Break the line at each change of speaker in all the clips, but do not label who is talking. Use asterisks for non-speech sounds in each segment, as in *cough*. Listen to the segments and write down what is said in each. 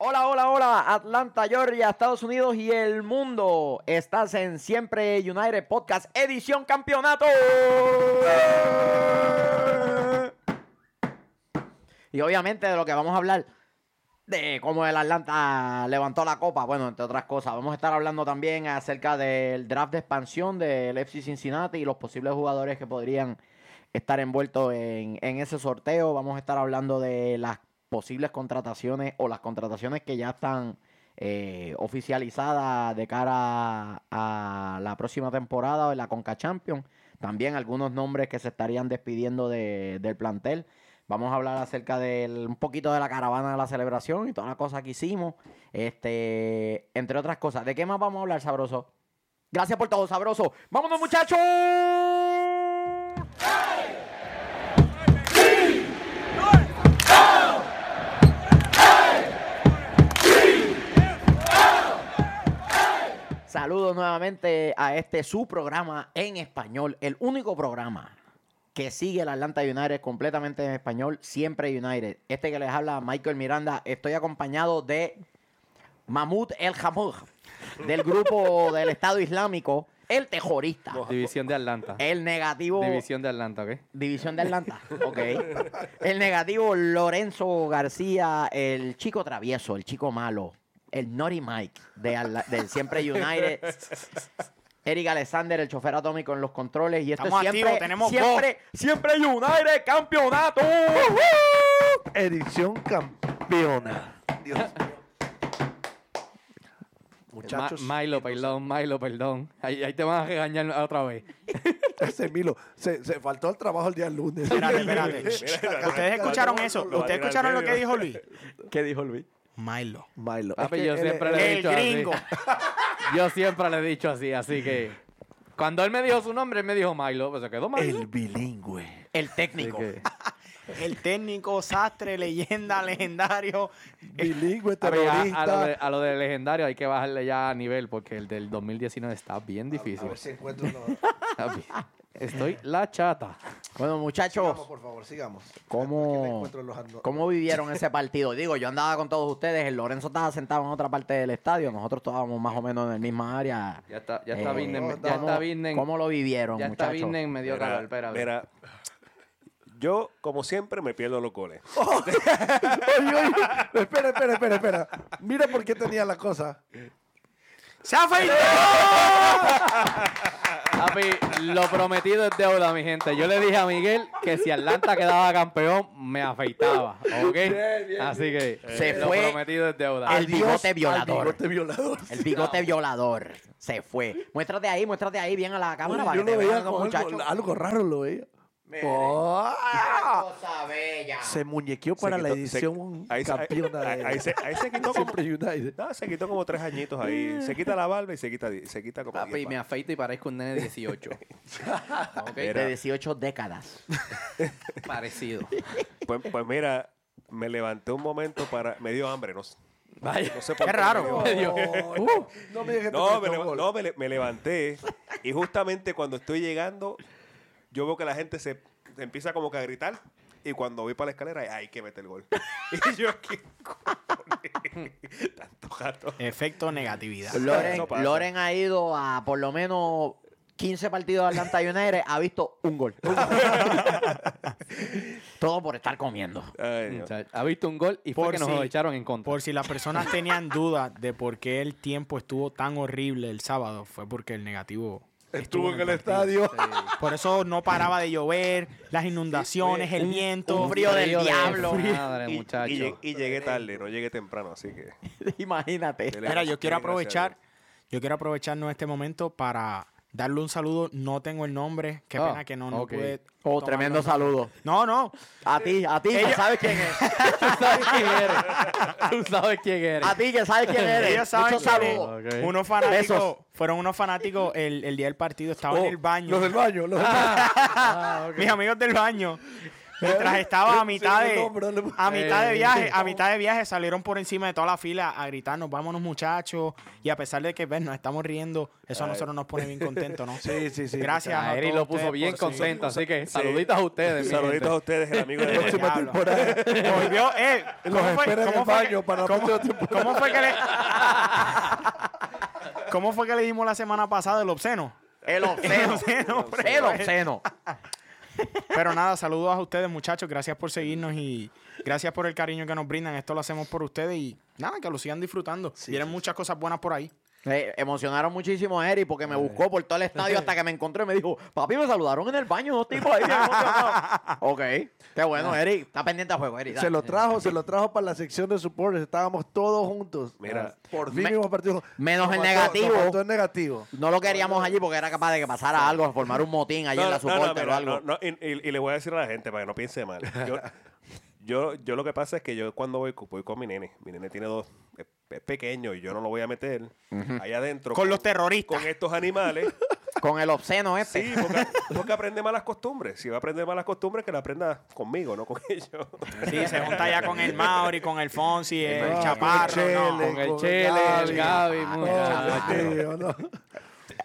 Hola, hola, hola, Atlanta, Georgia, Estados Unidos y el mundo. Estás en Siempre United Podcast, edición campeonato. Y obviamente de lo que vamos a hablar, de cómo el Atlanta levantó la copa, bueno, entre otras cosas. Vamos a estar hablando también acerca del draft de expansión del FC Cincinnati y los posibles jugadores que podrían estar envueltos en, en ese sorteo. Vamos a estar hablando de las posibles contrataciones o las contrataciones que ya están eh, oficializadas de cara a la próxima temporada de la Conca Champions. También algunos nombres que se estarían despidiendo de, del plantel. Vamos a hablar acerca del un poquito de la caravana de la celebración y todas las cosas que hicimos. Este, entre otras cosas. ¿De qué más vamos a hablar, Sabroso? Gracias por todo, Sabroso. ¡Vámonos, muchachos! Saludos nuevamente a este su programa en español, el único programa que sigue el Atlanta United completamente en español, siempre United. Este que les habla Michael Miranda, estoy acompañado de Mahmoud El Hamur, del grupo del Estado Islámico, el terrorista,
División de Atlanta.
Eh,
el negativo
División de Atlanta, ¿ok?
División de
*laughs*
Atlanta, ok. El negativo Lorenzo García, el chico travieso, el chico malo, el Naughty Mike de Atla- del Siempre United. Eric Alexander, el chofer atómico en los controles. Y esto
Estamos
es siempre,
activos, tenemos voz.
siempre, siempre United campeonato.
Edición campeona. Dios mío. Muchachos.
Ma- Milo, perdón, Milo, perdón. Ahí, ahí te van a regañar otra vez.
*laughs* Ese Milo se, se faltó al trabajo el día lunes. *laughs*
Espérate, espérate. Ustedes escucharon eso. Ustedes escucharon lo que dijo Luis.
¿Qué dijo Luis?
Milo.
Milo.
Papi,
Es que
yo
él-
siempre
él-
le he
El
dicho así.
gringo.
*laughs* Yo siempre le he dicho así, así que... Cuando él me dijo su nombre, él me dijo Milo, pues se quedó Milo.
El Ah, bilingüe.
El
Así
técnico.
que-
El técnico, sastre, leyenda, legendario.
Bilingüe,
A, ver, a- a lo de,
terrorista.
a lo de legendario hay que bajarle ya a nivel porque el del 2019 está bien
A
difícil.
ver si encuentro uno.
*laughs* Papi, Estoy la chata.
Bueno,
Sigamos,
muchachos,
por favor, sigamos. Aquí le
¿cómo,
encuentro los ando-
¿cómo vivieron ese partido? Digo, yo andaba con todos ustedes, el Lorenzo estaba sentado en otra parte del estadio, nosotros estábamos más o menos en el misma área.
Ya está, ya está
Eh,
Biden,
no,
ya
no,
está Biden,
¿Cómo lo vivieron,
ya está
muchachos?
Biden me dio
Mira,
calor, espera.
mira, yo, como siempre, me pierdo los goles.
*laughs* Oye, oye, Espera, espera, espera, espera. Mira por qué tenía la cosa.
¡Se ha afeitado!
Papi, lo prometido es deuda, mi gente. Yo le dije a Miguel que si Atlanta quedaba campeón, me afeitaba. ¿Ok? Así que eh,
Se
lo
fue
prometido es deuda.
El bigote violador.
Al bigote violador.
El bigote violador se fue. Muéstrate ahí, muéstrate ahí bien a la cámara para
Yo
que te
lo
vean
veía
los
como
muchachos.
algo, algo raro, lo veía. Oh, ah.
Cosa bella.
Se muñequeó
Se
para la
quitó- se-
edición
ahí se- ahí-
campeona
*laughs* ahí-
de
ahí se- ahí se quitó como-
*laughs* Siempre Eh. United.
No, se quitó como tres añitos ahí. Se quita la barba y se quita, di- se quita como.
Papi,
diez
me
barras.
afeito y parezco un nene de 18. ¿Ok?
Mira.
De 18
*laughs*
décadas.
Parecido.
pues, pues mira, me levanté un momento para. Me dio hambre, no sé.
Vaya.
No sé por
Qué
qué
raro.
*laughs* me dio-
Oh, no me digas que te
No,
metió
me, leva-
gol.
no, me le- me levanté y justamente cuando estoy llegando, yo veo que la gente se, se empieza como que a gritar y cuando voy para la escalera, hay que meter el gol. *laughs* Y yo, ¿qué cojones? *laughs* Tanto gato.
Efecto negatividad.
Loren,
Eso pasa.
Loren ha ido a por lo menos 15 partidos de Atlanta United, ha visto un
*laughs*
gol. Todo por estar
*laughs*
comiendo.
Mm.
Ay,
O
Dios.
sea, ha visto un gol y fue
Por
que nos
si-
lo echaron en contra.
Por si las personas tenían dudas de por qué el tiempo estuvo tan horrible el sábado, fue porque el negativo
Estuvo en el
partido.
estadio.
Por eso no paraba de llover, las inundaciones, el viento.
un frío del diablo.
Madre, *laughs*
Y- y
muchacho.
lleg- y llegué tarde, no llegué temprano,
*laughs*
así que.
Imagínate.
Dele
Mira, yo quiero
gracias- dele gracias a
aprovechar, yo quiero aprovecharnos este momento para darle un saludo. No tengo el nombre, qué
Ah,
pena que no, no
ok.
pude.
Oh,
tomarlo.
tremendo saludo.
No, no.
A ti, a ti, que sabes quién es.
Tú sabes quién eres. Tú sabes quién eres.
A ti, que sabes quién
Ellos
eres.
saben
Muchos
quién es.
saludos.
Ok.
Unos fanáticos,
Besos.
fueron unos fanáticos el, el día del partido, estaban
Oh,
en el baño.
Los del baño. Los del baño. *laughs*
Mis amigos del baño Mientras estaba a mitad
Sí,
de,
no, pero le-
a mitad de
Eh,
viaje, a mitad de viaje salieron por encima de toda la fila a gritarnos, vámonos muchachos. Y a pesar de que ven, nos estamos riendo, eso a nosotros nos pone bien contentos, ¿no?
*laughs* Sí, sí, sí.
Gracias.
A
a
Eri
todos
lo puso
ustedes
bien
por *laughs* seguir.
contento, así que saluditos a ustedes. mi
Saluditos a
gente.
ustedes, el amigo de
Próxima
Diablo.
temporada.
Volvió, eh.
Los espera en el baño para la
cómo-
próxima temporada.
¿Cómo fue que le.? *laughs* ¿Cómo fue que le dimos la semana pasada el obsceno?
El
El
obsceno.
obsceno, hombre.
el obsceno.
Pero nada, saludos a ustedes, muchachos. Gracias por seguirnos y gracias por el cariño que nos brindan. Esto lo hacemos por ustedes y nada, que lo sigan disfrutando. Vienen muchas cosas buenas por
*laughs*
ahí.
Eh, emocionaron muchísimo a Eri porque me buscó por todo el estadio hasta que me encontró y me dijo, papi, me saludaron en el baño dos tipos ahí. bien emocionados". ok, qué bueno, Eri. Está pendiente al juego, Eri. dale.
Se lo trajo, se lo trajo para la sección de supporters. Estábamos todos juntos.
Mira.
por fin
Me-
vimos partido.
menos
Nos
el
faltó-
negativo.
Nos faltó el negativo.
No lo queríamos allí porque era capaz de que pasara algo, formar un motín allí en la soporte o algo.
no, y, y- y le voy a decir a la gente para que no piense mal.
*laughs*
Yo, yo, yo lo que pasa es que yo cuando voy, voy con mi nene, mi nene tiene dos, es, es pequeño y yo no lo voy a meter allá adentro.
Con los terroristas.
Con estos
*laughs*
animales.
Con el obsceno este.
Sí, porque, porque aprende malas costumbres. Si va a aprender malas costumbres, que la aprenda conmigo, no con *laughs* ellos.
Sí, se junta ya con el Mauri, con el Fonsi, el,
Ah,
Chaparro.
pues,
con el
no.
Chele,
Con el Chele,
con
el Gaby,
No,
muchachos.
tío, no.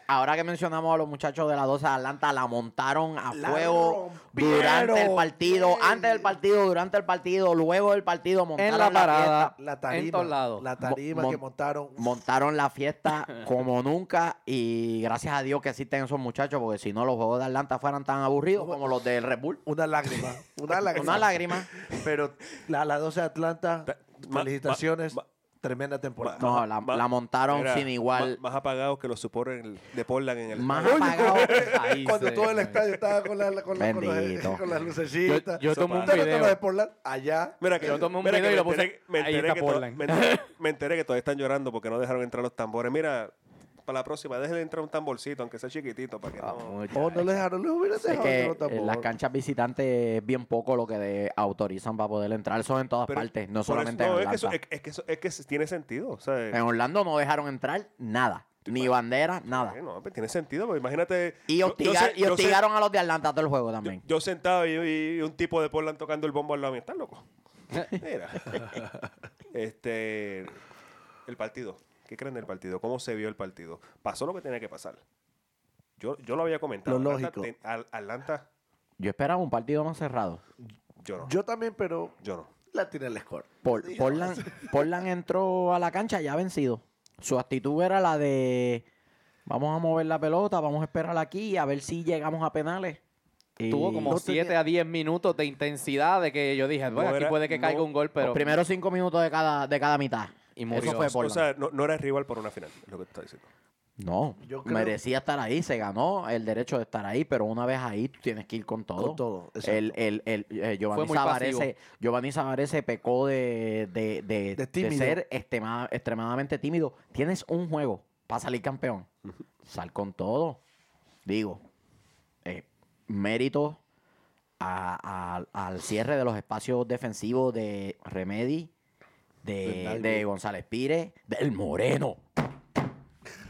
Ahora que mencionamos a los muchachos de la 12 de Atlanta, la montaron a
La
fuego
rompieron,
durante el partido,
güey.
antes del partido, durante el partido, luego del partido, montaron
En la
fiesta.
parada,
La
en
tarima.
todos lados.
La tarima
Mon-
que montaron.
montaron la fiesta como nunca y gracias a Dios que existen esos muchachos porque si no los juegos de Atlanta fueran tan aburridos como los del Red Bull.
Una lágrima. Una lágrima.
Una lágrima.
Pero la, la 12 de Atlanta,
Ta- ma-
felicitaciones.
ma-
tremenda temporada.
Ma-
No, la,
ma-
la montaron
Era
sin igual.
ma- Más, apagados que los supporters de Portland en el.
Más
Oye,
*laughs*
apagado.
Ahí
*laughs* Cuando
se-
todo el estadio estaba con, la, con, la- con los-
Bendito.
con las
Yo,
lucecitas.
yo tomé un
¿Ustedes no
video.
lo de Portland? Allá.
Mira que
Yo tomé un
mira
video
que
y lo
me enteré-
puse,
Me
ahí
enteré,
está
que to-
Portland.
me
*laughs*
enteré- me enteré que todavía están llorando porque no dejaron entrar los tambores. Mira, para la próxima, déjenle entrar un tamborcito, aunque sea chiquitito, para que no.
O Oh, no les dejaron, les hubiera
Es
dejado.
que eh,
no, tampoco.
en las canchas visitantes es bien poco lo que de- autorizan para poder entrar. Eso es en todas
Pero-
partes, no
por
solamente
eso- no,
en
es que
Atlanta.
eso, es, es que eso- es que eso tiene sentido. O sea,
En Orlando no dejaron entrar nada. Ni bandera, nada.
eh, no, pues, tiene sentido, porque imagínate.
Y,
yo- yo
hostigar-
sé-
y
yo sé-
hostigaron a los de Atlanta todo el juego
Yo,
también.
yo sentado y, y un tipo de Portland tocando el bombo al lado mío. ¿Estás loco?
*laughs*
Mira. este. El partido. ¿Qué creen del partido? ¿Cómo se vio el partido? Pasó lo que tenía que pasar. Yo, yo lo había comentado.
Lo
Atlanta
lógico.
ten- al- Atlanta,
Yo esperaba un partido más cerrado.
yo no. Yo,
Yo también, pero
no.
la tiene el score.
Por- Portland, Portland entró a la cancha ya vencido. Su actitud era la de vamos a mover la pelota, vamos a esperar aquí a ver si llegamos a penales. Y
Tuvo como
No
7
tenía-
a 10 minutos de intensidad de que yo dije, bueno,
No
aquí
era-
puede que caiga
no-
un gol,
los
pero...
primeros cinco minutos de cada, de cada mitad.
Y murió.
Eso fue
O
Portland.
sea, no, no era rival por una final, es lo que está diciendo. *laughs*
no,
yo creo-
merecía estar ahí, se ganó el derecho de estar ahí, pero una vez ahí tú tienes que ir con todo.
Con todo, exacto.
El, el, el, eh, Giovanni,
muy pasivo.
Savarese, Giovanni Savarese pecó de, de, de-
De
de
tímido.
ser extrema- extremadamente tímido. Tienes un juego para salir campeón. Sal con todo. Digo, eh, mérito a- a- al cierre de los espacios defensivos de Remedy, de, de González Pires, del Moreno.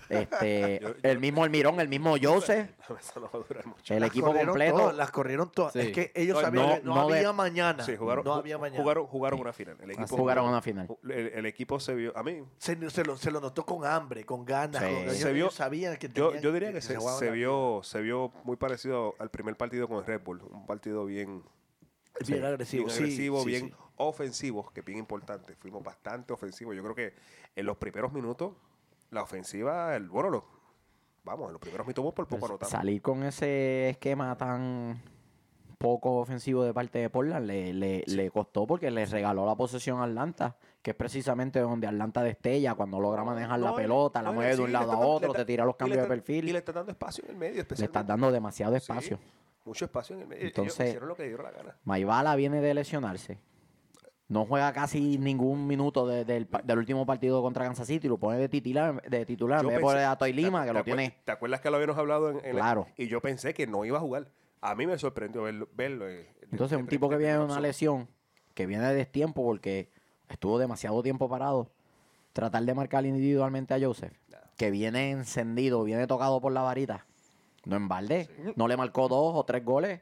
Este,
Yo-
el mismo Almirón, el mismo Joseph,
Eso no va a durar mucho.
el
Las
equipo
corrieron
completo.
todas, las corrieron todas.
Sí.
Es que ellos
No,
sabían
no,
que no,
no de-
había mañana.
Sí, jugaron,
no había mañana.
jugaron, jugaron una final. El equipo
Así jugaron una final.
El, el equipo se vio. A mí,
Se, se lo, se lo notó con hambre, con ganas.
Sí.
con-
Se
ellos,
vio-
ellos sabían que
Yo,
tenían
yo diría que se,
jugaban
se
la-
vio, se vio muy parecido al primer partido con el Red Bull. Un partido bien,
bien
Sí.
agresivo.
bien
sí,
agresivo,
sí,
bien
sí.
ofensivo, que bien importante. Fuimos bastante ofensivos. Yo creo que en los primeros minutos, la ofensiva, el bueno, lo- vamos, en los primeros minutos por poco
Pues,
anotamos.
salir con ese esquema tan poco ofensivo de parte de Portland le, le- le costó porque le regaló la posesión a Atlanta, que es precisamente donde Atlanta destella cuando logra manejar la
No,
pelota, la
no,
mueve de
sí,
un
le
lado
está
a
dando- le
otro,
está-
te tira los
y le
cambios de
está-
perfil,
Y le
le,
estás dando espacio en el medio,
estás
especialmente.
dando demasiado
Sí,
espacio.
mucho espacio en el medio. Entonces,
Entonces-
hicieron lo que dieron la gana.
Maibala viene de lesionarse. No juega casi ningún minuto de- del, pa- del último partido contra Kansas City. Lo pone de titular, de titular en
Yo
vez de
pensé-
poner a Toy
¿te
Lima,
acuer-
que
te
lo
acuer-
tiene.
¿Te acuerdas que lo habíamos hablado en, en la-
Claro.
Y yo pensé que no iba a jugar. A mí me sorprendió verlo. verlo eh, de-
Entonces,
de
un
pri-
tipo que
de
viene de
primera
una
opción.
lesión, que viene de destiempo porque estuvo demasiado tiempo parado, tratar de marcar individualmente a Joseph, que viene encendido, viene tocado por la varita, no en balde, no le marcó dos o tres goles,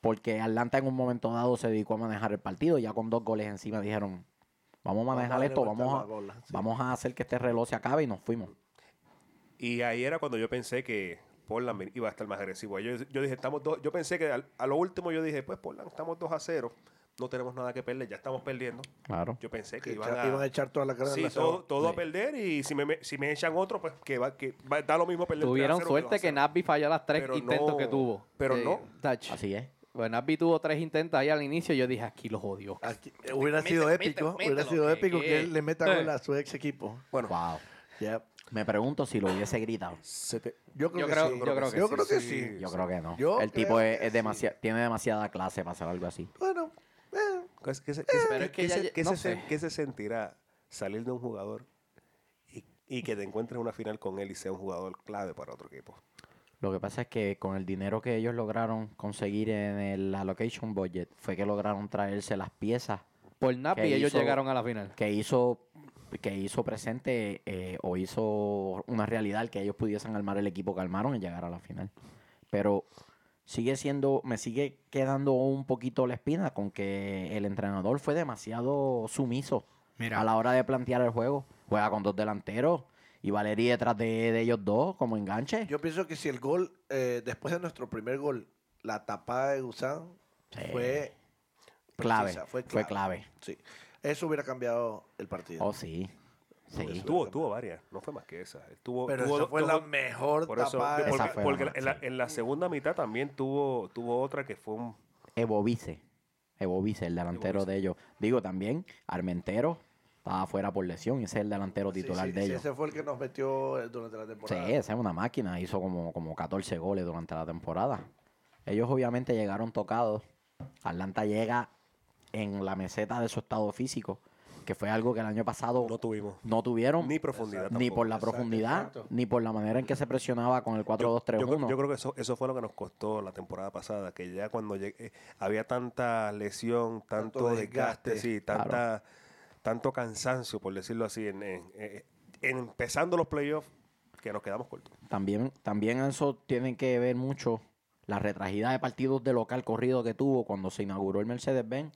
porque Atlanta en un momento dado se dedicó a manejar el partido. Ya con dos goles encima dijeron, vamos a manejar
darle
esto,
vuelta a
vamos
la bola,
a,
sí.
vamos a hacer que este reloj se acabe y nos fuimos.
Y ahí era cuando yo pensé que Portland iba a estar más agresivo. Yo, yo dije, estamos dos. Yo pensé que al- a lo último yo dije, pues Portland, estamos 2 a 0. No tenemos nada que perder, ya estamos perdiendo.
Claro.
Yo pensé que
Que
iban
echa-
a,
iban a echar toda la cara en
sí,
la
todo,
soga.
todo a perder. Y si me, me- si me echan otro, pues que, va, que va- da lo mismo perder.
Tuvieron
3 a 0
suerte
dos a
que
0.
Nasby falló las tres
Pero
intentos
no-
que tuvo. Eh,
pero no.
touch.
Así es.
Bueno, Nasby tuvo tres intentos ahí al inicio y yo dije, aquí los odio.
Aquí- eh, hubiera sido épico, hubiera sido épico que, él le meta
Eh.
gol a su ex equipo.
Bueno,
Wow.
Ya.
Me pregunto si lo hubiese gritado.
se te-
Yo creo
Yo
que
creo-
sí.
yo creo que
yo
sí,
creo que
sí.
sí.
Yo creo que no.
Yo
el tipo
creo
es,
que
es
sí.
demasi- tiene demasiada clase para hacer algo así.
Bueno, eh,
Pues, ¿Qué se- qué se- qué se-
Pero es que
qué
ya
se-
lle-
qué
no
se sen-
sé.
qué se sentirá salir de un jugador y, y que te encuentres en una final con él y sea un jugador clave para otro equipo?
Lo que pasa es que con el dinero que ellos lograron conseguir en el allocation budget fue que lograron traerse las piezas
Por Nasby
que
ellos
hizo-
llegaron a la final.
que hizo que hizo presente eh, o hizo una realidad el que ellos pudiesen armar el equipo que armaron y llegar a la final. Pero sigue siendo, me sigue quedando un poquito la espina con que el entrenador fue demasiado sumiso
Mira.
a la hora de plantear el juego. Juega con dos delanteros y Valeria detrás de, de ellos dos como enganche.
yo pienso que si el gol, eh, después de nuestro primer gol, la tapada de Gusán
Sí.
fue, pues,
clave,
precisa, fue
Fue
clave.
clave.
Sí. Eso hubiera cambiado el partido.
Oh, sí. Sí.
eso.
Tuvo, tuvo varias, no fue más que esa. Tuvo,
Pero
tuvo
esa
do-
fue
tuvo-
la mejor
por eso,
tapada.
porque,
Esa fue la
porque
más,
en, la,
sí.
en la segunda mitad también tuvo, tuvo otra que fue un...
Evovice. Evovice, el delantero
Evo Vice.
de ellos. Digo también, Armentero estaba fuera por lesión y ese es el delantero
Sí,
titular
sí,
de
sí,
ellos.
ese fue el que nos metió eh, durante la
Sí,
temporada.
esa es una máquina. Hizo como, como 14 goles durante la temporada. Ellos obviamente llegaron tocados. Atlanta llega en la meseta de su estado físico, que fue algo que el año pasado
No tuvimos
no tuvieron
ni profundidad
ni
tampoco.
por la
Exacto,
profundidad,
exacto.
ni por la manera en que se presionaba con el
Yo- yo, creo-
4-2-3-1.
yo creo que eso, eso fue lo que nos costó la temporada pasada, que ya cuando lleg- eh, había tanta lesión, tanto,
Tanto
desgaste,
desgaste.
sí,
Claro.
tanta, tanto cansancio, por decirlo así, en, en- eh, en empezando los playoffs, que nos quedamos cortos.
También, también eso tienen que ver mucho la retragida de partidos de local corrido que tuvo cuando se inauguró el Mercedes-Benz.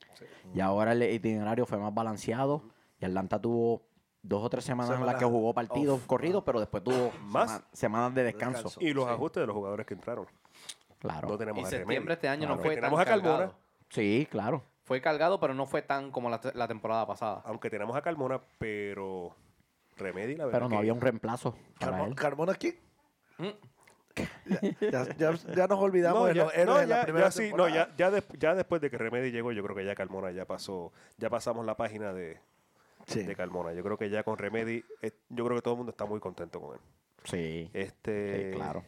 Y ahora el itinerario fue más balanceado. Y Atlanta tuvo dos o tres semanas en las
Semanas
que jugó partidos
off.
corridos, pero después tuvo
Ah. Más.
sema- semanas de descanso.
Descanso.
Y los
Sí.
ajustes de los jugadores que entraron.
Claro.
No tenemos
Y
a
septiembre
remedio.
este año no
Claro.
fue tan
Tenemos a Carmona,
cargado.
Sí, claro.
Fue cargado, pero no fue tan como la, la temporada pasada.
Aunque tenemos a Carmona, pero Remedy, la verdad.
Pero no
que-
había un reemplazo para
Carmo-
él.
Carmona aquí.
Mm.
Ya, ya- ya nos olvidamos
No,
de
ya,
los héroes
no,
de la
ya-
primera
ya sí, no, ya, ya, des- ya después de que Remedy llegó, yo creo que ya Carmona ya pasó, ya pasamos la página de,
Sí.
de Carmona. Yo creo que ya con Remedy, eh, yo creo que todo el mundo está muy contento con él.
Sí,
Este,
sí, claro.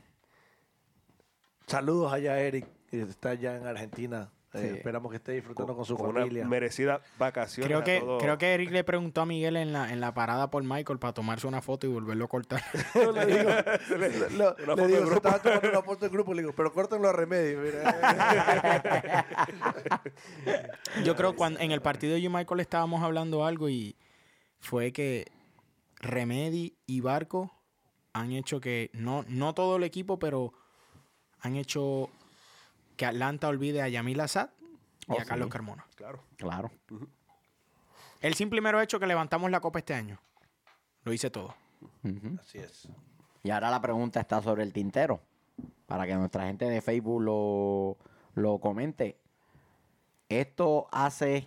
Saludos allá, Eric. que Está allá en Argentina. Eh,
Sí.
Esperamos que esté disfrutando con, su
con
familia.
Una merecida vacación.
Creo que, creo
*laughs*
que Eric le preguntó a Miguel en la, en la parada por Michael para tomarse una foto y volverlo a
*laughs*
cortar.
le
*laughs*
digo. *laughs*
Lo-
una foto
*laughs* le digo,
de
se
grupo.
estaba tomando una foto del grupo, le digo, pero córtenlo a remedio.
*laughs*
Mira.
Yo creo que en el partido de Michael estábamos hablando algo y fue que Remedy y Barco han hecho que, no, no todo el equipo, pero han hecho que Atlanta olvide a Yamil Assad y
Oh,
a Carlos
sí.
Carmona.
Claro.
Claro.
El simple mero hecho que levantamos la copa este año. Lo hice todo.
Ujú.
Así es.
Y ahora la pregunta está sobre el tintero. Para que nuestra gente de Facebook lo, lo comente. Esto hace,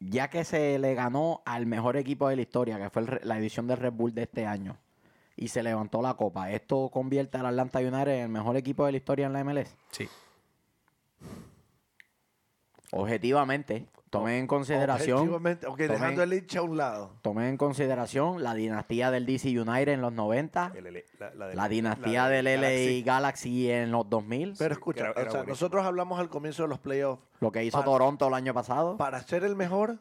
ya que se le ganó al mejor equipo de la historia, que fue el re- la edición del Red Bull de este año, y se levantó la copa, ¿esto convierte al Atlanta United en el mejor equipo de la historia en la MLS?
Sí.
Objetivamente, tomen en consideración,
Objetivamente, ok,
Tomé-
dejando el hincha a un lado.
tomen en consideración la dinastía del DC United en los 90,
El LA la, la de-
la dinastía
la de
del LA
Galaxy.
Galaxy en los 2000.
Pero escucha,
era- era
o sea,
buenísimo.
nosotros hablamos al comienzo de los playoffs.
Lo que hizo
Para-
Toronto el año pasado.
Para ser el mejor,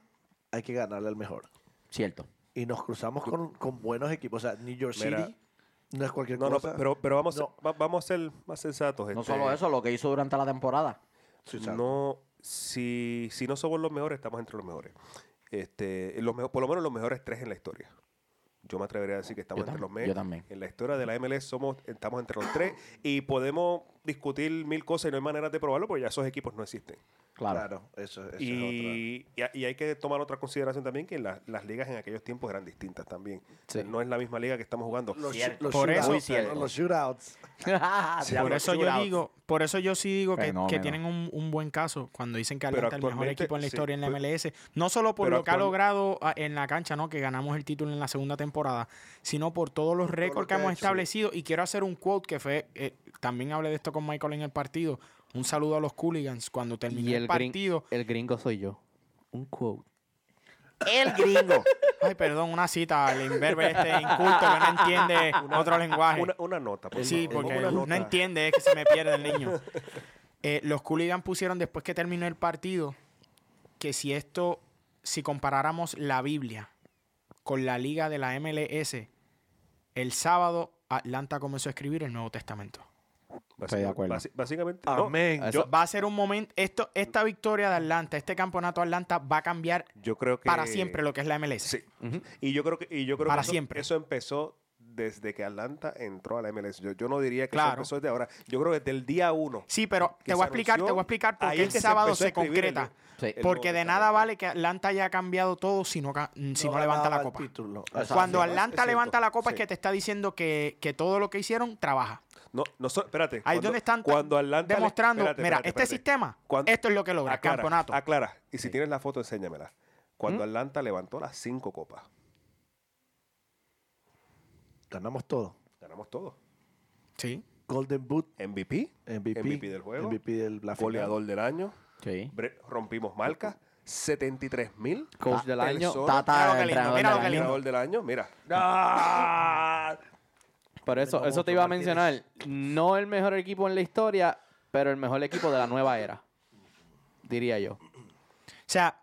hay que ganarle al mejor.
Cierto.
Y nos cruzamos con, con buenos equipos. O sea, New York City
Mira.
no es cualquier
No, no,
cosa.
pero, pero vamos, a-
No.
va- vamos a ser más sensatos.
No
este,
solo eso, lo que hizo durante la temporada.
Sí, o sea,
No, si, si no somos los mejores, estamos entre los mejores. Este, los mejo- por lo menos los mejores tres en la historia. Yo me atrevería a decir que estamos
Yo
entre
tam-
los meses.
yo también.
En la historia de la MLS somos, estamos entre los tres y podemos discutir mil cosas y no hay manera de probarlo porque ya esos equipos no existen.
Claro.
eso, eso es
Y, y ha- y hay que tomar otra consideración también que la- las ligas en aquellos tiempos eran distintas también. O sea, no es la misma liga que estamos jugando.
otra. Los,
Cierto.
los
Por eso-
Muy
shootouts,
cierto.
los shootouts.
*laughs*
Por eso yo digo, por eso yo sí digo que, que
Fenómeno.
tienen un, un buen caso cuando dicen que
Pero
Atlanta es el mejor
actualmente,
equipo en la
sí,
historia en la
pero-
MLS, no solo por
pero
lo que ha
actual-
logrado ah, en la cancha, ¿no? que ganamos el título en la segunda temporada, sino por todos los récords que,
que ha
hemos
hecho.
establecido y quiero hacer un quote que fue eh, también hablé de esto con Michael en el partido, un saludo a los Cooligans cuando terminó
Y
el,
el, grin-
partido.
el gringo soy yo. Un quote.
El gringo.
Ay, perdón, una cita al imberbe este inculto que no entiende otro lenguaje.
*laughs* Una, una nota, por
Sí,
favor.
porque
Una
no
nota.
entiende, es que se me pierde el niño. *laughs* Eh, los Cooligans pusieron después que terminó el partido que si esto, si comparáramos la Biblia con la liga de la MLS, el sábado Atlanta comenzó a escribir el Nuevo Testamento.
Estoy de acuerdo.
Basi- Básicamente, no,
Amén.
Eso-
Va a ser un momento, esto, esta victoria de Atlanta, este campeonato de Atlanta va a cambiar
yo creo que...
para siempre lo que es la MLS.
Sí. Y yo creo que, y yo creo
Para
que eso,
siempre.
eso empezó desde que Atlanta entró a la MLS. Yo, yo no diría que
Claro.
eso empezó desde ahora. Yo creo que desde el día uno.
Sí, pero
que
te voy a
se
explicar, te
anunció,
voy a explicar por
ahí
qué
es
el
que se
sábado
empezó a
se
escribir el-
concreta.
Sí.
el
Porque de
nuevo
nada
talento.
vale que Atlanta haya cambiado todo si no, ca- si no, levanta la
ganaba el
copa.
título.
Exacto.
Cuando
sí,
Atlanta
es cierto,
levanta la copa es
sí.
que te está diciendo que, que todo lo que hicieron trabaja.
No, no so- espérate.
Ahí
cuando-
donde están ta-
cuando Atlanta le-
demostrando,
espérate,
mira,
espérate,
este
espérate.
sistema,
Cuando-
esto es lo que logra,
aclara,
campeonato.
Aclara. Y si tienes la foto, enséñamela. Cuando Atlanta levantó las cinco copas,
Ganamos todo.
ganamos todo.
Sí.
Golden Boot,
MVP,
MVP,
del juego,
MVP del la final.
goleador del año,
Sí.
bre- rompimos marcas, 73 mil.
Coach del año.
Mira lo
Tata,
que
el
lindo,
entrenador
mira lo
del
que
año.
Ganador del año, mira.
Pero
Pues
eso, eso te iba a mencionar. No el mejor equipo en la historia, pero el mejor equipo de la nueva era. Diría yo.
O sea,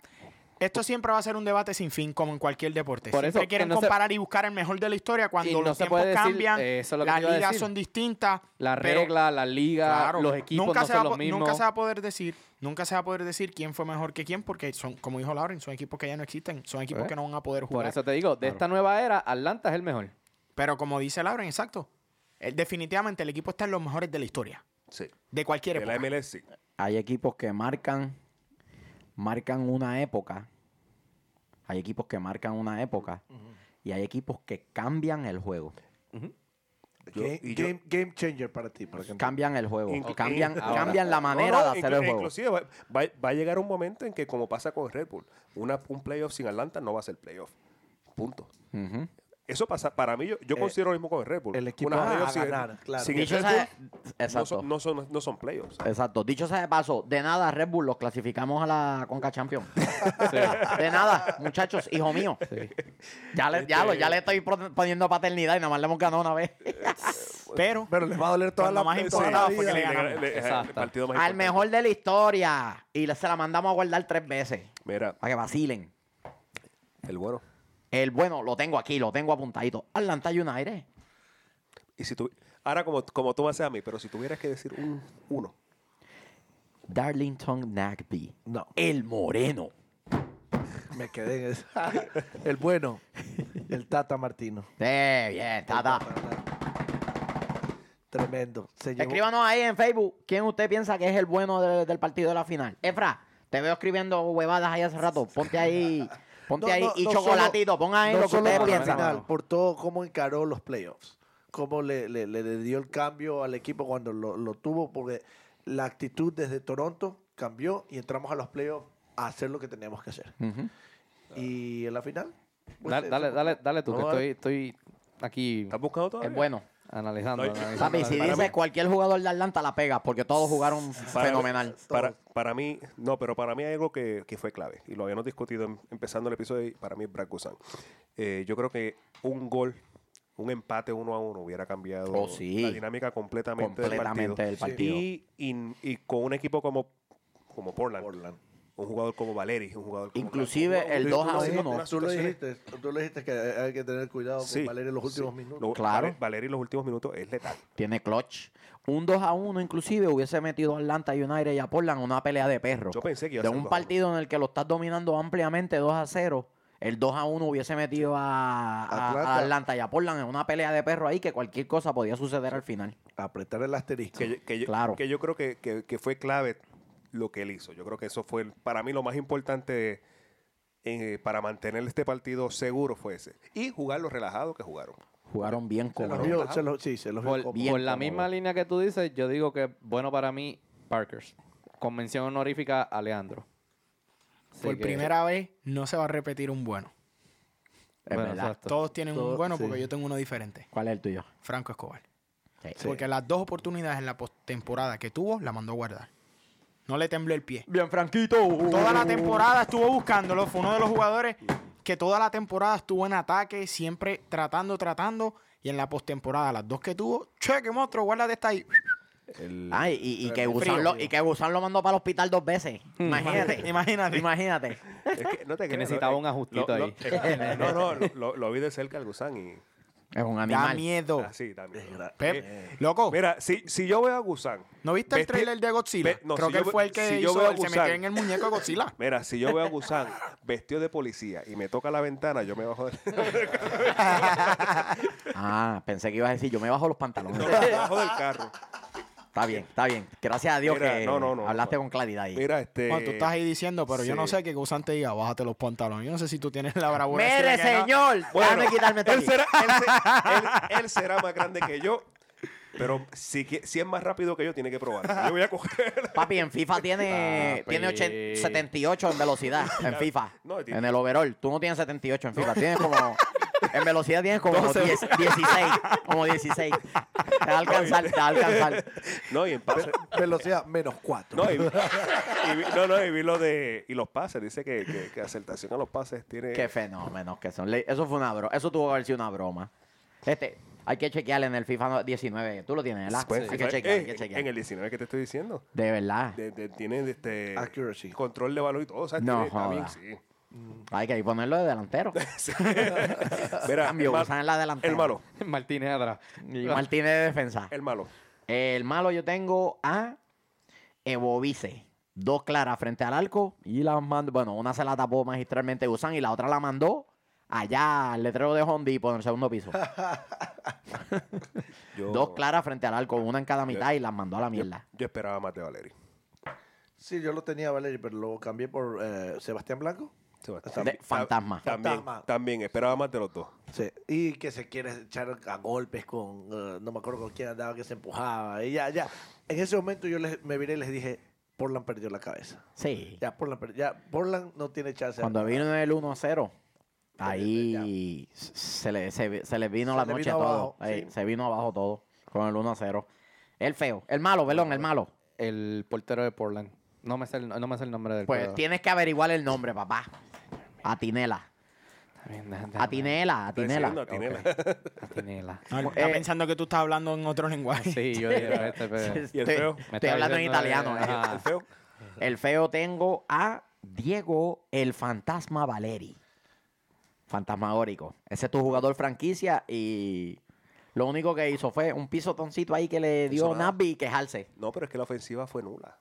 esto siempre va a ser un debate sin fin, como en cualquier deporte.
Por
siempre
eso, que
quieren
no se-
comparar y buscar el mejor de la historia cuando
Y no
los
se
tiempos
puede decir,
cambian,
eh, eso es lo que
las
te iba a
ligas
decir.
son distintas.
Las
pero-
reglas, las ligas,
Claro.
los equipos
nunca
no
se va
son
a
los
po- Nunca
mismos.
se va a poder decir, nunca se va a poder decir quién fue mejor que quién, porque son, como dijo Lauren, son equipos que ya no existen, son equipos
Eh.
que no van a poder jugar.
Por eso te digo, de esta nueva era, Atlanta es el mejor.
Pero como dice Lauren, exacto. eh, definitivamente el equipo está en los mejores de la historia.
Sí.
De cualquier
De
época.
la MLS, sí.
Hay equipos que marcan, marcan una época. Hay equipos que marcan una época. Y hay equipos que cambian el juego.
Yo-
Game,
y yo-
game- game changer para ti, por ejemplo.
Cambian el juego.
Inclu-
Cambian,
Ahora.
cambian la
No,
manera
no,
de hacer
inclu-
el juego.
Inclusive va, va- va a llegar un momento en que, como pasa con Red Bull, una, un playoff sin Atlanta no va a ser playoff. Punto.
Ujú.
Eso pasa, para mí, yo, yo considero lo mismo con Red Bull.
Eh, el equipo
Una
va a
playoff sin-
ganar, claro.
sin
Dicho
Red
sea-
Bull, no
exacto.
son, no, son, no son playoffs.
Exacto. Dicho sea de paso, de nada Red Bull los clasificamos a la Conca Champions. De nada, muchachos, hijo mío.
*laughs* Pues
Ya, le, ya, lo- ya le estoy pro- poniendo paternidad y nada más le hemos ganado una vez.
Pero
Pero les va a doler toda
Cuando
la
más
toda la
importaba
vida.
fue que le
Sí,
ganamos.
le- le-
Exacto.
el partido más
Al
importante.
mejor de la historia. Y le- se la mandamos a guardar tres veces.
Mira,
Para que vacilen.
el bueno.
El bueno, lo tengo aquí, lo tengo apuntadito. Atlanta United.
Y si tú, ahora, como, como tú me haces a mí, pero si tuvieras que decir un uno,
Darlington Nagby.
No,
El moreno.
me quedé en eso. *laughs* el bueno, el Tata Martino.
Eh, bien, tata.
Tremendo. Se llevó-
Escríbanos ahí en Facebook quién usted piensa que es el bueno de- del partido de la final. Efra, te veo escribiendo huevadas ahí hace rato. Ponte
*laughs*
ahí, ponte
No,
ahí
no,
y
no
chocolatito.
solo-
Pon ahí
no
lo que
solo
ustedes
por la
piensan.
final, por todo cómo encaró los playoffs, cómo le, le- le- le dio el cambio al equipo cuando lo, lo tuvo, porque la actitud desde Toronto cambió y entramos a los playoffs a hacer lo que teníamos que hacer.
Ujú.
Y en la final... pues,
Dale,
se-
dale,
se-
dale, dale tú, que
No,
eh.
estoy, estoy aquí
¿estás buscando todavía?
Es bueno.
analizando.
No,
analizando,
Papi, si
analizando.
Para
dices
mí-
cualquier jugador de Atlanta, la pega, porque todos jugaron
*laughs* Para-
fenomenal.
Para, para mí, no, pero para mí hay algo que, que fue clave. Y lo habíamos discutido em- empezando el episodio. Y para mí es Brad Guzan. Eh, yo creo que un gol, un empate uno a uno, hubiera cambiado
Oh, sí.
la dinámica completamente, del
Completamente
partido.
del partido.
Y, y- y con un equipo como, como Portland,
Portland.
un jugador como Valeri, un jugador como
Inclusive el
Tú-
Ah,
2 a
tú lo
1.
dijiste- Tú lo dijiste, este, tú lo dijiste que hay que tener cuidado con
Sí,
Valeria en los últimos
sí.
minutos.
Lo-
Claro.
Vale- Valeri en los últimos minutos es letal.
Tiene clutch. Un 2 a 1 inclusive hubiese metido a Atlanta United y a Portland en una pelea de perros.
Yo pensé que iba a
De
ser
un
un 2 a 1.
partido en el que lo estás dominando ampliamente 2 a 0 el 2 a 1 hubiese metido a, a- a
Atlanta.
Atlanta. y a Portland en una pelea de perro ahí que cualquier cosa podía suceder al final.
Apretar el asterisco.
Que, yo- que yo,
Claro.
que yo creo que, que- que fue clave lo que él hizo. Yo creo que eso fue el- para mí lo más importante eh, para mantener este partido seguro fue ese. Y jugarlo relajado que jugaron.
Jugaron bien
se los
cómodo.
vio, se los- sí, se los vio
Por,
cómodo.
bien
por la
cómodo.
misma línea que tú dices, yo digo que bueno para mí, Parkers. Con mención honorífica a Leandro. Así
Por
que-
primera vez no se va a repetir un bueno.
Es
Bueno,
verdad.
exacto.
Todos tienen
Todo-
un bueno
sí.
porque yo tengo uno diferente.
¿Cuál es el tuyo?
Franco Escobar.
Sí.
Sí.
Porque las dos oportunidades en la postemporada que tuvo, la mandó a guardar. No le tembló el pie.
Bien, Franquito.
Toda la temporada estuvo buscándolo. Fue uno de los jugadores que toda la temporada estuvo en ataque, siempre tratando, tratando. Y en la postemporada, las dos que tuvo, che, qué monstruo, guárdate esta
*laughs*
ahí.
Ay, Ah, y, y que
Frío,
Gusán lo,
frío.
y que Gusán lo mandó para el hospital dos veces. Imagínate.
*laughs* Imagínate.
*laughs*
Imagínate.
Es que, no te creas,
necesitaba
no, eh,
un ajustito
lo- lo-
ahí.
es- no, no, lo, lo vi de cerca al Gusán y
Es un
Da
animal.
miedo.
así también. Eh, oh.
Pep, loco,
Mira, si, si yo veo a Gusán,
¿no viste el
vesti-
trailer de Godzilla?
ve- no,
Creo
si
que
yo
él
ve-
fue el que
si yo
hizo,
veo a
él se
Gusán-
metió en el muñeco de
*laughs*
Godzilla.
mira, si yo veo a Gusán vestido de policía y me toca la ventana, yo me bajo del, *laughs*
Ah, pensé que ibas a decir, yo me bajo los pantalones.
*laughs* no, me bajo del carro.
Está bien, está bien. Gracias a Dios
Mira,
que
no, no, no.
hablaste con claridad ahí.
Mira, este.
Bueno, tú estás ahí diciendo, pero yo no
sí.
sé qué Gusán te diga, bájate los pantalones. Yo no sé si tú tienes la bravura. de
¡Mire,
decirle que no.
señor! Déjame quitarme esto
él,
aquí.
será, *laughs* él, se- *laughs* él- él será más grande que yo, pero si, que- si es más rápido que yo, tiene que probar. Yo voy a coger. *laughs*
Papi, en FIFA tiene,
Papi.
tiene ochen- 78 en
*laughs*
velocidad, en FIFA.
No, tiene-
en el overall. Tú no tienes 78 en FIFA. Tienes como... En velocidad tienes como 10 16. Como 16. Te va a alcanzar, te va a alcanzar.
*laughs* No, y en pase.
*laughs* Velocidad menos cuatro.
No, y, y vi, no, no, y vi lo de. Y los pases. Dice que, que, que acertación a los pases tiene.
Qué fenómenos que son. Le- Eso fue una broma. Eso tuvo que haber sido una broma. Este, hay que chequearle en el FIFA no- 19. Tú lo tienes, ¿verdad?
Pues,
Hay que
eh,
chequear, hay que
en-
chequear.
En el 19 que te estoy diciendo.
De verdad.
De- de- tiene este.
Accuracy.
Control de balón y todo. O sea,
No
tiene- está bien,
joda.
sí.
*laughs* Hay que ponerlo de delantero.
Sí. Mira,
Cambio,
el, ma-
usan la delantera.
el malo.
*laughs* Martínez atrás.
Y Martínez de defensa.
El malo.
El malo yo tengo a Ebovice. Dos claras frente al arco. Y las mandó. Bueno, una se la tapó magistralmente Gusán y la otra la mandó allá al letrero de Honda y por el segundo
*laughs*
piso.
Yo,
Dos claras frente al arco, una en cada mitad y las mandó a la mierda.
Yo esperaba más de Valeri.
Sí, yo lo tenía, Valerio, pero lo cambié por eh, Sebastián Blanco.
Sebastián.
De- fantasma.
También,
Fantasma.
también esperaba más de los dos.
Sí, Y que se quiere echar a golpes con, eh, no me acuerdo con quién andaba, que se empujaba. Y ya, ya. En ese momento yo les- me viré y les dije, Portland perdió la cabeza.
Sí.
Ya, Portland, per- ya, Portland no tiene chance.
Cuando vino el 1 0,
ya.
ahí se le, se, se le vino
Se
la
le
noche
vino
todo.
abajo,
Ahí,
sí.
Se vino abajo todo con el 1 0. El feo, el malo, perdón, el malo.
El portero de Portland. No me sé el, no me sé el nombre del
Pues
jugador.
tienes que averiguar el nombre, papá. Atinela.
Está bien, da- da-
Atinela,
Diciendo
*laughs*
a
Atinela.
Tinela.
Atinela.
No, él Ah, está
Eh,
pensando que tú estás hablando en otro lenguaje.
Sí, yo
*laughs*
digo este pe- me
eh, ¿Y el
Estoy-
feo? Me
Estoy
estaba
hablando en
diciendo de-
italiano. eh.
ajá.
*laughs* El feo.
El feo tengo a Diego el Fantasma Valeri. Fantasmagórico. Ese es tu jugador franquicia y lo único que hizo fue un pisotoncito ahí que le dio
nada.
Nabi y quejarse.
No, pero es que la ofensiva fue nula.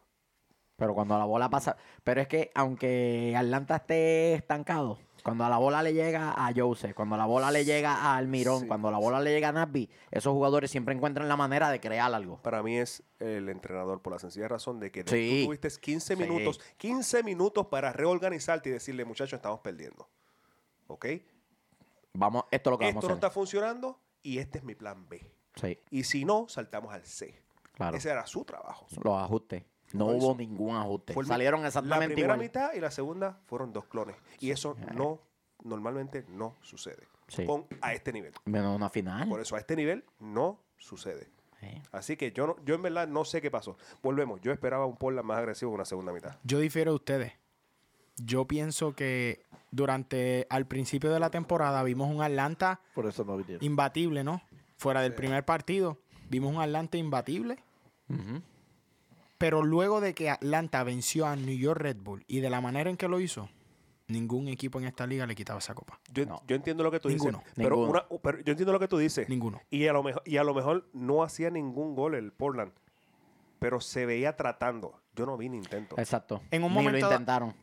Pero cuando la bola pasa. Pero es que aunque Atlanta esté estancado, cuando la bola le llega a Jose, cuando la bola le llega a Almirón,
Sí.
cuando la bola le llega a Nabi, esos jugadores siempre encuentran la manera de crear algo.
Para mí es el entrenador por la sencilla razón de que de-
Sí.
tú tuviste 15
Sí.
minutos, 15 minutos para reorganizarte y decirle, muchachos, estamos perdiendo. ¿Ok?
Vamos, esto es lo que
Esto
vamos
no
a hacer.
está funcionando y este es mi plan B.
Sí,
Y si no, saltamos al C.
claro.
Ese era su trabajo.
Los ajustes. No
No
hubo
hizo.
ningún ajuste.
Fue el-
Salieron
La
exactamente
primera
igual. Eh.
mitad y la segunda fueron dos clones. Y eso no, normalmente no sucede.
Sí.
Con, a este nivel.
Menos una final.
Por eso a este nivel no sucede.
Sí.
Así que yo no, yo en verdad no sé qué pasó. Volvemos, yo esperaba un Portland más agresivo en una segunda mitad.
Yo difiero de ustedes. Yo pienso que durante, al principio de la temporada, vimos un Atlanta
Por eso no vinieron.
imbatible, ¿no? Fuera del primer partido, vimos un Atlanta imbatible.
Ujú.
Pero luego de que Atlanta venció a New York Red Bull y de la manera en que lo hizo, ningún equipo en esta liga le quitaba esa copa.
Yo,
No.
yo entiendo lo que tú
Ninguno.
dices. Pero,
Ninguno.
una- pero yo entiendo lo que tú dices.
Ninguno.
Y a, lo mejor, y a lo mejor no hacía ningún gol el Portland. Pero se veía tratando. Yo no vi ni intento.
Exacto.
En un
Ni
momento
lo
da-
intentaron.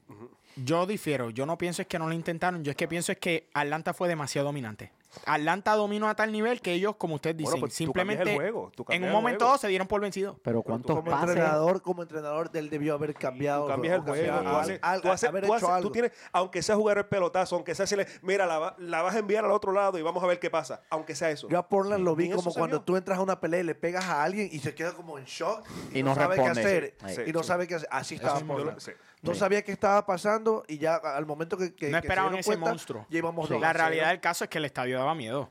Yo difiero. Yo no pienso es que no lo intentaron. Yo es que pienso es que Atlanta fue demasiado dominante. Atlanta dominó a tal nivel que ellos, como ustedes dicen,
Bueno, pues tú
simplemente
cambias el juego, tú
en
cambias
un
el
momento
juego.
se dieron por vencidos.
Pero
Pero tú
cuántos
Como
pases.
entrenador, como entrenador, él debió haber cambiado.
Tú cambias el
o sea,
juego.
al-
tú haces-
al-
tú haces-
haber hecho
tú haces-
algo.
tú tienes, aunque sea jugar el pelotazo, aunque sea decirle, mira, la, va- la vas a enviar al otro lado y vamos a ver qué pasa, aunque sea eso.
Yo a Portland lo
Y
vi
eso
como
se
cuando
vio.
tú entras a una pelea y le pegas a alguien y se queda como en shock y,
Y
no,
no
sabe qué
responde.
hacer.
Sí.
Y no sabe qué hacer. Así estaba
mismo yo lo-
Portland.
sí.
No
Sí.
sabía qué estaba pasando y ya a- al momento que, que
No
que se
esperaban
dieron
ese monstruo.
Ya íbamos dos a
La
cero.
realidad del caso es que el estadio daba miedo.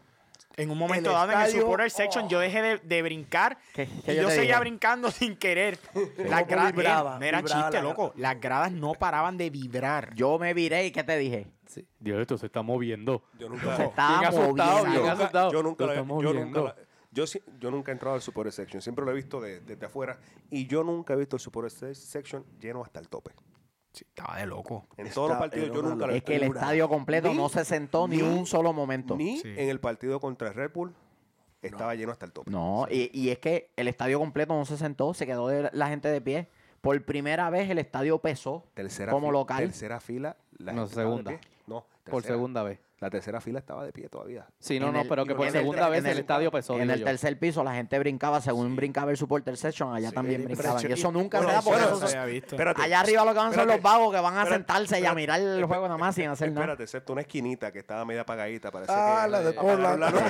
En un momento
El
dado, en el
estadio,
supporter section,
oh.
yo dejé de, de brincar
¿Qué- qué
y
yo
yo
te
seguía
dije?
brincando *laughs* sin
*laughs*
querer. Las
Cómo
gradas,
vibraba,
no era
vibraba
chiste,
la-
loco. Las gradas no paraban de vibrar.
Yo me viré y ¿qué te dije?
Dios, esto se está moviendo.
Yo nunca.
Se estaba
Bien asustado,
yo
bien
moviendo.
nunca-
asustado.
Yo nunca
Lo
la-
estamos
yo
viendo.
nunca la- yo sí- yo nunca he entrado al Super Section, siempre lo he visto de- desde afuera y yo nunca he visto el Super Section lleno hasta el tope.
Sí, estaba de loco.
En todos los
Está-
partidos
era
yo
una
nunca lo he
Es que el
visto.
estadio completo
Ni-
no se sentó ni
ni-
un solo momento.
Ni
Sí.
en el partido contra Red Bull estaba lleno hasta el tope.
No, y, y es que el estadio completo no se sentó, se quedó de la gente de pie. Por primera vez el estadio pesó
Tercera
como
fi-
local.
Tercera fila. La
No,
gente estaba de
segunda.
pie. No,
Por
tercera.
segunda vez.
La tercera fila estaba de pie todavía.
Sí, no,
En
no,
el-
pero que por
en el-
segunda vez
en
el,
el-
estadio pesó.
en
digo
el
yo.
tercer piso la gente brincaba, según brincaba el supporter section, allá también
era
brincaban. Y
impresionante.
eso nunca
Bueno,
se da porque
bueno,
eso
No
se-
había visto.
Espérate.
allá arriba lo que van a ser
Espérate.
los vagos que van a
Espérate,
sentarse y a
espérate,
mirar el
espérate,
juego nada más sin hacer nada.
Espérate, excepto una esquinita que estaba media apagadita. Parece
Ah,
que
la de
apagaron
Portland.
la luz.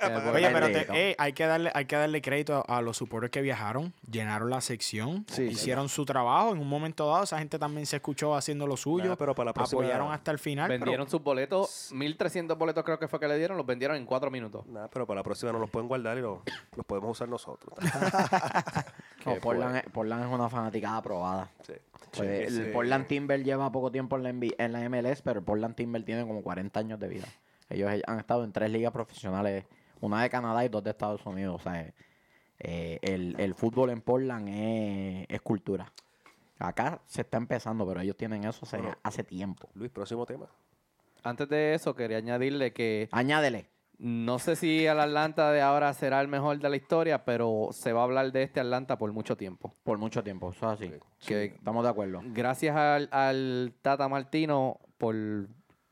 Eh,
Oye, pero
Bendito.
te- eh, hay, que darle, hay que darle crédito a, a los supporters que viajaron, llenaron la sección,
Sí,
hicieron su trabajo. En un momento dado, esa gente también se escuchó haciendo lo suyo,
Nada, pero para la próxima-
apoyaron hasta el
ah,
final. pero-
vendieron sus boletos, 1.300 boletos creo que fue que le dieron, los vendieron en cuatro minutos.
Nah, pero para la próxima nos los pueden guardar y lo- los podemos usar nosotros.
No,
Qué
Portland, es, Portland es una fanaticada aprobada.
Sí.
Pues, el
Ese-
Portland Timber lleva poco tiempo en la, NBA en la MLS, pero el Portland Timber tiene como 40 años de vida. Ellos he- han estado en tres ligas profesionales, una de Canadá y dos de Estados Unidos. O sea, eh, eh, el, el fútbol en Portland es, es cultura. Acá se está empezando, pero ellos tienen eso hace,
Bueno.
hace tiempo.
Luis, próximo tema.
Antes de eso, quería añadirle que
Añádele.
no sé si el Atlanta de ahora será el mejor de la historia, pero se va a hablar de este Atlanta por mucho tiempo.
Por mucho tiempo, eso es así.
Que
Estamos de acuerdo.
gracias al, al Tata Martino por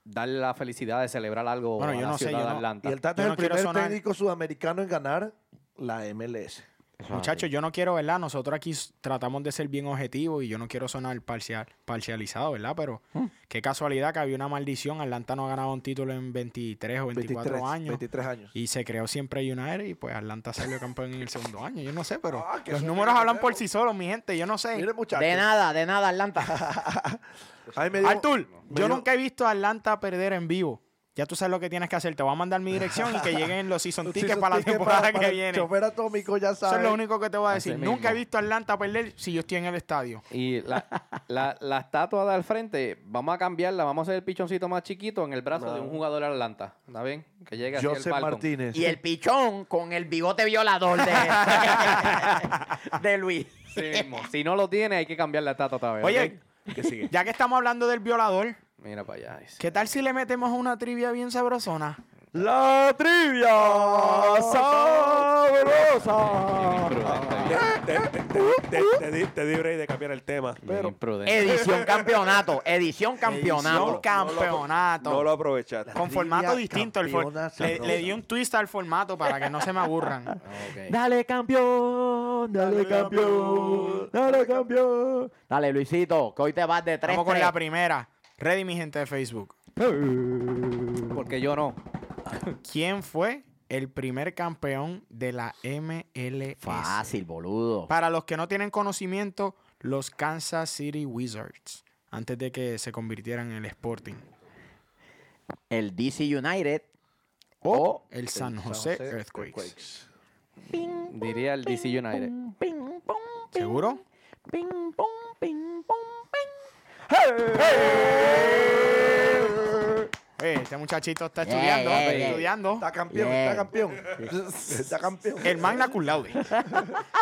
darle la felicidad de celebrar algo
Bueno,
a
yo
la
no sé,
ciudad de
yo no-
Atlanta.
Y el Tata
Yo
es
no
el
quiero
primer
sonar-
técnico sudamericano en ganar la MLS.
Ah,
Eso es
Muchachos,
así.
yo no quiero, ¿verdad? Nosotros aquí s- tratamos de ser bien objetivos y yo no quiero sonar parcial, parcializado, ¿verdad? Pero
Hmm.
qué casualidad que había una maldición. Atlanta no ha ganado un título en 23 o 24
23
años.
23 años.
Y se creó siempre United y pues Atlanta salió campeón en el segundo año. Yo no sé, pero
Ah, que
los
eso
números
tiene
hablan
que
por
ver.
sí solos, mi gente. Yo no sé.
Mire, muchachos.
De nada, de nada, Atlanta.
a mí me dio-
Artur,
me
yo
dio-
nunca he visto a Atlanta perder en vivo. Ya tú sabes lo que tienes que hacer. Te voy a mandar mi dirección y que lleguen los season
Sí,
tickets
son
para la
tickets
temporada
para
que
el
viene.
Chofer atómico, ya
Eso es lo
sabes.
único que te voy a
Así
decir. Nunca he
mismo.
visto a Atlanta perder si yo estoy en el estadio.
Y la,
*laughs*
la, la estatua de al frente, vamos a cambiarla, vamos a hacer el pichoncito más chiquito en el brazo de un jugador de Atlanta. ¿Está bien? Que llegue así
Joseph
al balcón.
Martínez.
Y el pichón con el bigote violador *laughs* de, de Luis.
Sí mismo. Si no lo tiene, hay que cambiar la estatua otra vez.
Oye,
¿Qué sigue?
ya que estamos hablando del violador,
¿ok? Mira para allá. dice.
¿qué tal si le metemos una trivia bien sabrosona?
La trivia sabrosa.
Te, te- te- te- te- te di, te di break de cambiar el tema.
Pero
Edición campeonato, edición
Un
campeonato.
campeonato.
No lo aprovechaste.
con formato
Trivia
distinto. el for-
campeona
le,
sabrosa.
le di un twist al formato para que no se me aburran.
Dale campeón, dale campeón, dale campeón. Dale Luisito, que hoy te vas de tres.
Vamos con la primera. Ready, mi gente de Facebook.
Porque yo no.
¿Quién fue el primer campeón de la MLS?
Fácil, boludo.
Para los que no tienen conocimiento, los Kansas City Wizards, antes de que se convirtieran en el Sporting.
El DC United. Oh,
O
O
el San José Earthquakes.
Diría el DC United.
Ping, pong, ping,
¿Seguro?
Ping, pong, ping, pong, ping.
Eh, este muchachito está
Yeah,
estudiando,
yeah,
está
yeah.
estudiando.
Está campeón,
Bien.
está campeón. Está campeón.
El magna cum laude.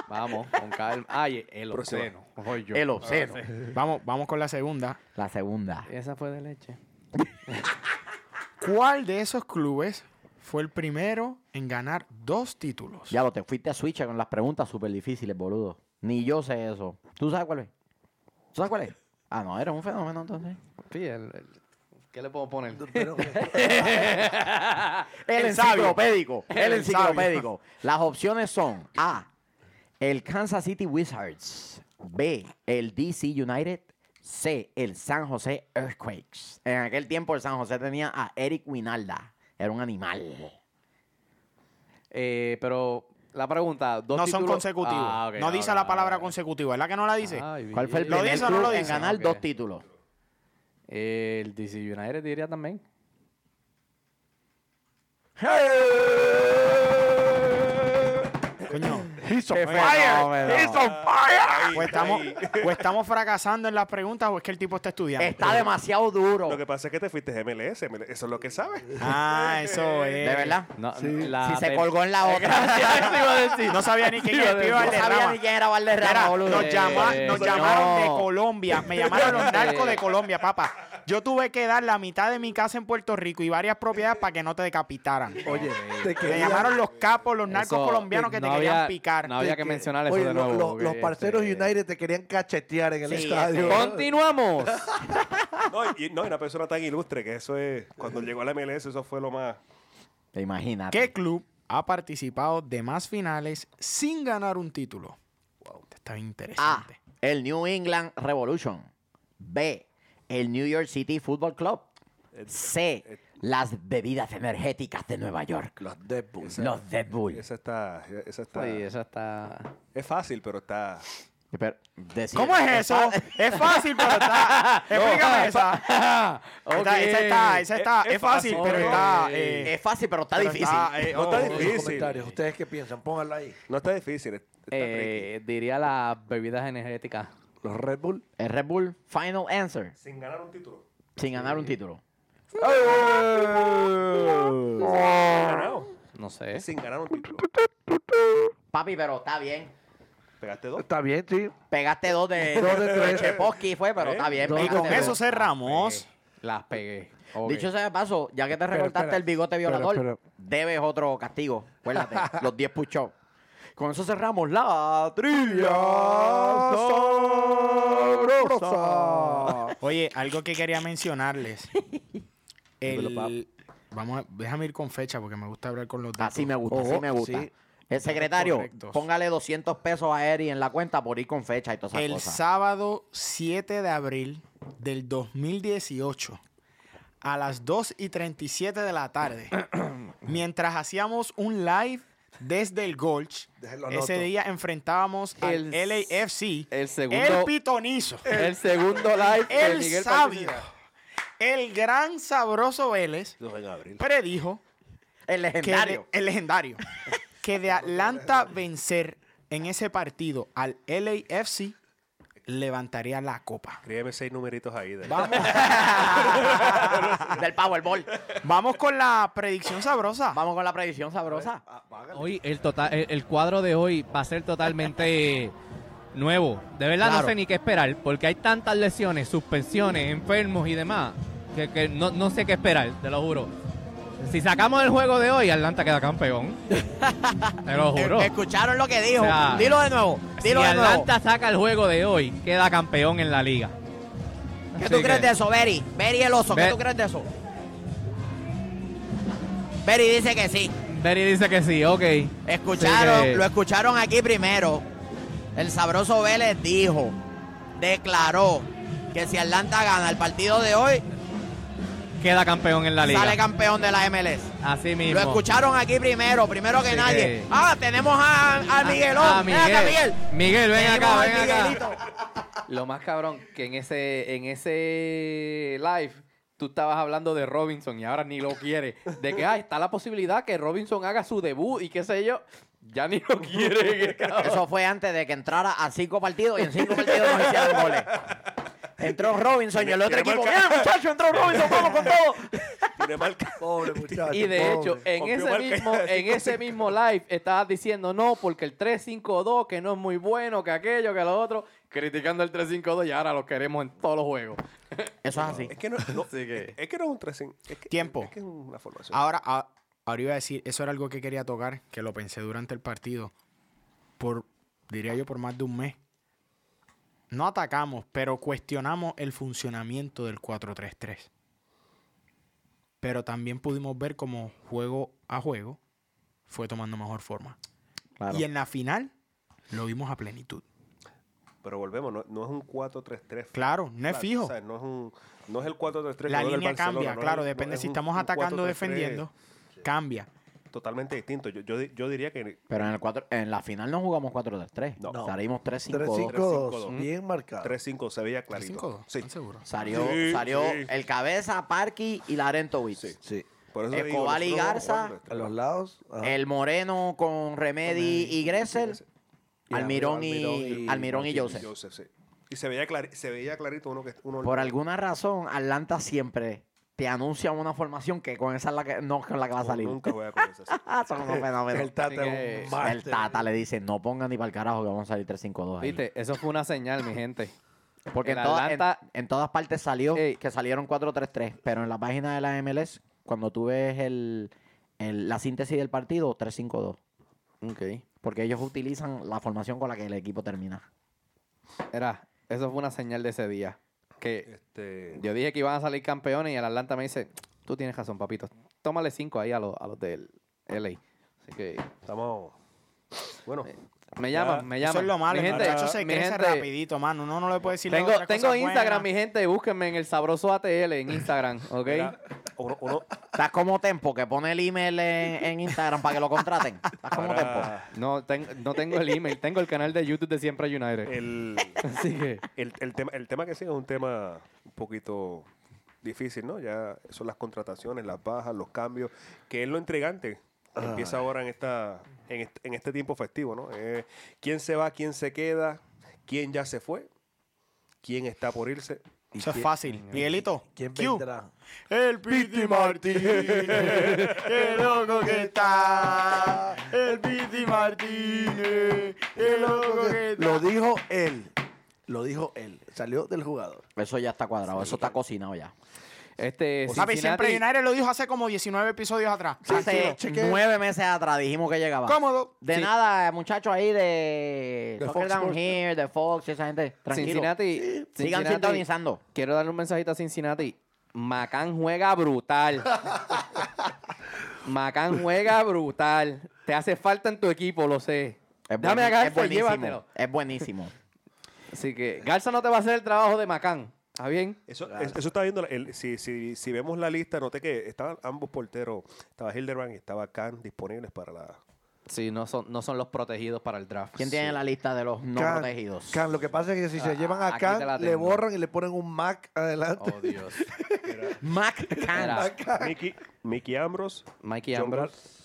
Vamos, con calma. Ay, el obsceno. Soy yo.
El obsceno.
Vamos, vamos con la segunda.
La segunda.
Esa fue de leche.
¿Cuál de esos clubes fue el primero en ganar dos títulos?
Ya lo te fuiste a Switch con las preguntas súper difíciles, boludo. Ni yo sé eso. ¿Tú sabes cuál es? ¿Tú sabes cuál es? Ah, no, era un fenómeno entonces.
Sí, el- el- ¿Qué le puedo poner?
Pero-
El,
El sabio.
*laughs*
enciclopédico. El,
El
enciclopédico. Las opciones son A. El Kansas City Wizards. B. El DC United. C. El San José Earthquakes. En aquel tiempo el San José tenía a Eric Winalda. Era un animal.
*laughs* Eh, pero la pregunta, dos
no son
títulos-
consecutivos.
Ah, ok,
no
ah,
dice
ok,
la
ah,
palabra
ok.
consecutiva, ¿verdad que no la dice?
Ay,
¿Cuál fue el
bien.
primer
dice o no
club
lo
en
dice?
ganar
Ok.
dos títulos?
El DC United diría también.
Coño,
¡Qué fenómeno!
Ahí,
pues estamos,
ahí.
pues estamos fracasando en las preguntas o es que el tipo está estudiando.
Está demasiado
Oh.
duro.
Lo que pasa es que te fuiste de MLS. MLS, Eso es lo que sabes.
*laughs*
Ah, eso es. Ah,
De verdad.
No,
Si
la
se
ter-
colgó en
*laughs*
la otra. *laughs*
No sabía ni quién
Sí,
era el
vale,
pibe
No sabía
no
Valderrama.
ni quién era Valderrama,
Mira,
boludo.
nos, llama-
Eh,
nos
no.
llamaron de Colombia. Me llamaron los narcos de
Eh.
Colombia, papá. Yo tuve que dar la mitad de mi casa en Puerto Rico y varias propiedades para que no te decapitaran.
Oye, te
Me
querían-
llamaron los capos, los narcos
Eso,
colombianos que te
no
querían
había-
picar.
no había que
te-
mencionar eso
oye,
de
lo-
nuevo.
lo-
porque,
los parceros
este,
United te querían cachetear en el
Sí,
estadio.
este, *laughs*
¡Continuamos! Ah.
No, y, no, y una persona tan ilustre que eso es. Cuando llegó a la MLS, eso fue lo más.
Te imaginas.
¿Qué club ha participado de más finales sin ganar un título? Wow, está bien
A.
interesante.
El New England Revolution. B. El New York City Football Club. C.
Eh,
Las bebidas energéticas de Nueva York.
Los Dead Bulls.
Los Dead Bull.
Esa está. Esa está.
Ay, esa está...
Es fácil, pero está.
Pero, decir-
¿Cómo es eso? es fácil, pero está. Explícame esa. *laughs* Esa- esa está, esa está.
Es-
Es,
es
fácil,
fácil,
pero
ok.
está. eh,
Es fácil, pero está
pero
difícil.
está, eh,
No
oh,
está
Los
difícil.
comentarios. ¿Ustedes qué piensan? Pónganlo ahí.
No está difícil. está tricky.
Eh, diría las bebidas energéticas.
Los Red Bull.
eh.
El Red Bull Final Answer.
Sin ganar un título.
Sin ganar un título.
Ganado.
No sé.
Sin ganar un título.
Papi, pero está bien.
Pegaste dos.
Está bien, sí.
Pegaste dos de,
Dos de tres.
Cheposky fue,
¿Eh?
pero está bien.
Dos
Y
pegaste
con
dos.
eso cerramos.
Eh, Las pegué. Ok.
Dicho sea de paso, ya que te
Espera,
recortaste
espera.
el bigote
Espera,
violador,
espera.
debes otro castigo.
*laughs*
Acuérdate, los 10 push ups. Con eso cerramos la trivia.
Sabrosa.
Oye, algo que quería mencionarles. El- vamos a- déjame ir con fecha porque me gusta hablar con los datos.
Así Ah, me gusta, así
Ojo,
me gusta.
sí.
El secretario,
Correctos.
póngale 200 pesos a Eri en la cuenta por ir con fecha y todas esas
El
cosas.
sábado 7 de abril del 2018, a las 2 y 37 de
*clears throat*
la tarde, mientras hacíamos un live desde el Golch,
Déjenlo
ese
anoto.
día enfrentábamos al
El s-
LAFC,
el segundo-
el pitonizo,
*laughs* El segundo live de
el
Miguel
sabio,
Patricio.
el gran sabroso Vélez,
Dos en abril.
predijo
El
*laughs*
que
legendario.
de- el legendario. *laughs* que de Atlanta vencer en ese partido al LAFC levantaría la copa.
Escríbeme seis numeritos ahí. De...
*laughs*
Vamos,
Ah.
Del Powerball.
vamos con la predicción sabrosa.
Vamos con la predicción sabrosa.
Hoy el, total, el, el cuadro de hoy va a ser totalmente nuevo. De verdad
Claro.
no sé ni qué esperar, porque hay tantas lesiones, suspensiones, enfermos y demás, que, que no, no sé qué esperar, te lo juro. Si sacamos el juego de hoy, Atlanta queda
*laughs*
campeón. Te lo juro.
Eh, ¿Escucharon lo que dijo?
O sea,
dilo de nuevo.
Si
Dilo de nuevo.
Atlanta saca el juego de hoy, queda campeón en la liga.
¿Qué
Así
tú crees
que-
de eso, Beri? Beri el oso, ¿qué
Be-
tú crees de eso? Beri dice que sí.
Berry dice que sí, ok.
Escucharon,
Así que-
lo escucharon aquí primero. El sabroso Vélez dijo, declaró que si Atlanta gana el partido de hoy,
Queda campeón en la liga.
sale campeón de la MLS.
Así mismo.
Lo escucharon aquí primero, primero que
Así
nadie.
que-
Ah, tenemos a, a Miguelón.
Ah,
Ven acá,
Miguel.
Miguel.
Miguel, ven
Tenemos
acá,
al
ven
Miguelito.
acá.
Lo más cabrón, que en ese, en ese live tú estabas hablando de Robinson y ahora ni lo quiere. De que ah, está la posibilidad que Robinson haga su debut y qué sé yo. Ya ni lo
*laughs*
quiere. cabrón.
Eso fue antes de que entrara a cinco partidos y en cinco partidos no hicieron goles. Entró Robinson y el otro equipo.
Tenemos
¡Mira,
el ca-
muchacho! Entró Robinson, vamos con todo.
Tiene marca.
Pobre muchacho.
Y de hecho,
pobre.
en
Rompió
ese,
marca
*laughs*
mismo,
de
en ese mismo live estabas diciendo no, porque el 3-5-2, que no es muy bueno, que aquello, que lo otro, criticando el 3-5-2 y ahora lo queremos en todos los juegos.
Eso es así.
*laughs*
Es que no, no,
Así que-
es que no es un tracing. Es que,
Tiempo. Ah.
Es que es una formación.
Ahora, a- ahora iba a decir, eso era algo que quería tocar, que lo pensé durante el partido, por, diría yo, por más de un mes. no atacamos, pero cuestionamos el funcionamiento del 4-3-3. Pero también pudimos ver cómo juego a juego fue tomando mejor forma.
Claro.
Y en la final lo vimos a plenitud.
Pero volvemos, no, no es un 4-3-3.
Claro, no es
Claro,
fijo.
o sea, no, es un, no es el 4-3-3.
la
que juega el
línea
Barcelona,
cambia,
no es-
claro,
no
depende
es
si
un-
estamos
un
atacando o
4-3-3
defendiendo. Cambia.
Totalmente distinto. Yo, yo, di- yo diría que
Pero en, el cuatro, en la final no jugamos 4-3-3.
No.
Salimos 3-5-2.
3-5-2.
3-5-2. Bien marcado.
3-5 se veía clarito.
5-2,
Sí,
¿están seguros?
Salió,
Sí,
salió
sí.
el Cabeza, Parky y Larentovich.
Sí.
Sí.
por eso
Escobar y
nosotros jugamos
Garza,
4-3-3.
A los lados. ajá.
El Moreno con Remedy y Gressel.
Y
Almirón
Almirón
y,
y-
Almirón y
Y
Joseph.
sí. Y se veía, clar- se veía clarito uno que uno
Por alguna razón, Atlanta siempre te anuncia una formación que con esa es la que, no con la que va a
uno
salir.
nunca juega con esas.
Ah, son *laughs* unos fenómenos.
El Tata
Así
es
que-
un
El
máster.
Tata le dice, no pongan ni para el carajo que vamos a salir 3-5-2 ahí".
Viste, eso fue una señal, mi gente.
Porque
el
en, toda- en-
Atlanta-
en todas partes salió
Ey.
que salieron 4-3-3, pero en la página de la MLS, cuando tú ves el, el- la síntesis del partido, 3-5-2. Porque ellos utilizan la formación con la que el equipo termina.
Era, eso fue una señal de ese día.
*laughs*
Que
Este,
yo dije que iban a salir campeones y el Atlanta me dice, tú tienes razón, papito. Tómale cinco ahí a los, a los del LA. Así que
estamos. Bueno,
me llaman,
Ya,
me llaman.
Eso es lo malo,
Mi
el
gente,
muchacho se
mi
crece
gente,
rapidito, mano. Uno no le puede decir
Tengo, tengo Instagram, mi gente, búsquenme en el sabroso ATL
*laughs*
en Instagram, ¿ok?
mira, uno, uno-
Estás como Tempo, que pone el email en, en Instagram para que lo
*laughs*
contraten. Estás como Tempo.
ahora,
No, ten- no tengo el email, tengo el canal de YouTube de Siempre
Eh.
United.
el,
Así que,
el, el tema, el tema que sigue es un tema un poquito difícil, ¿no? Ya son las contrataciones, las bajas, los cambios, que es lo entregante. que
Ah.
Empieza ahora en, esta, en, est- en este tiempo festivo, ¿no? Eh, ¿Quién se va? ¿Quién se queda? ¿Quién ya se fue? ¿Quién está por irse?
Eso es fácil. Miguelito,
¿Quién
Q.
vendrá?
El Piti Martínez. *laughs* Qué loco que está. El Piti Martínez. Qué loco que está.
Lo dijo él. Lo dijo él. Salió del jugador.
Eso ya está cuadrado, eso está cocinado ya.
este.
Papi,
Cincinnati-
siempre United lo dijo hace como 19 episodios atrás.
Hace nueve meses atrás dijimos que llegaba.
Cómodo.
De
Sí.
nada, muchachos ahí de,
De
Soccer
Fox
Down
Sports.
Here, de Fox, esa gente. Tranquilo.
Cincinnati,
Sigan
Cincinnati-
sintonizando.
Quiero darle un mensajito a Cincinnati. Macán juega *laughs* brutal. Macán juega brutal. Te hace falta en tu equipo, lo sé.
Es, bueni-
Dame a
es
Garza y
buenísimo.
este, llévatelo.
Es buenísimo.
Así que Garza no te va a hacer el trabajo de Macán. ¿Está bien?
Eso, es- eso está viendo. la- el- si, si, si vemos la lista, noté que estaban ambos porteros. Estaba Hilderman y estaba Khan disponibles para la.
Sí, no son, no son los protegidos para el draft.
¿Quién tiene
Sí.
la lista de los no
Can-
protegidos?
Can, lo que pasa es que si se
Ah,
llevan a
aquí te la
Can, le
tengo.
borran y le ponen un Mac adelante.
Oh, Dios. *laughs*
Mac Can.
Era
Mickey, Mickey Ambrose.
Mikey
John,
Ambrose.
Gall-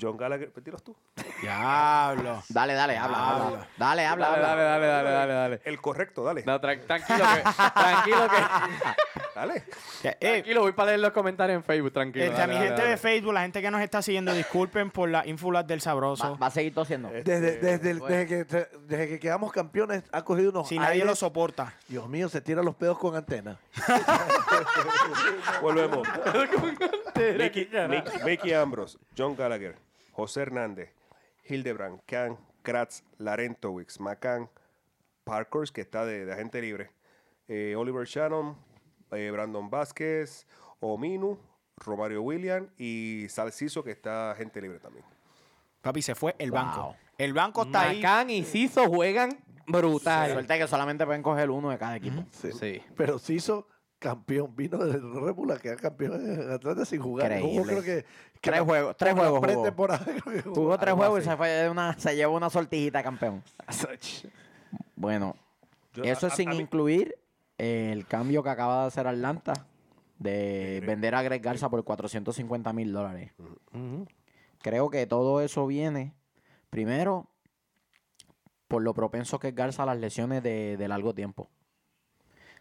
John Gallagher. Dilos tú.
Diablo.
Dale, dale, habla,
Habla.
habla. Dale, habla,
Dale,
habla.
dale, dale, dale, dale, dale.
El correcto, dale.
No, tra- tranquilo que, *laughs* tranquilo que,
Dale.
Eh,
tranquilo, voy para leer los comentarios en Facebook, tranquilo.
Este, a
dale,
mi
dale,
gente
dale.
de Facebook, la gente que nos está siguiendo, disculpen por las ínfulas del
Va,
sabroso.
va a seguir tosiendo.
Desde,
Este,
desde, el-
bueno.
desde, que, se- desde que quedamos campeones, ha cogido unos.
Si nadie
aires.
lo soporta.
Dios mío, se tira los pedos con antena.
Volvemos. Mickey, Mickey- Mickey Ambrose, John Gallagher, José Hernández, Hildebrand, Khan, Kratz, Larentowicz, Macan, Parkers, que está de, de agente libre, eh, Oliver Shannon, eh, Brandon Vázquez, Ominu, Romario William y Salciso, que está agente libre también.
Papi, se fue el
Wow.
banco. El banco está ahí.
Macán y Ciso juegan brutal.
Suerte que solamente pueden coger uno de cada equipo.
Sí.
Sí.
Pero se hizo campeón. Vino de República, que era campeón en Atlanta sin jugar. Jugó,
Increíble.
creo que, que
Tres
la-
juegos, tres
la
juegos jugó.
pretemporada, *laughs* creo que
Jugó tres
Algo
juegos
así.
y se, fue de una, *laughs* se llevó una sortijita campeón. Bueno,
Yo-
eso
a- a-
sin
a mí-
incluir el cambio que acaba de hacer Atlanta
Eh,
de vender a Greg Garza por 450 mil dólares. Creo que todo eso viene, primero, por lo propenso que es Garza a las lesiones de, de largo tiempo.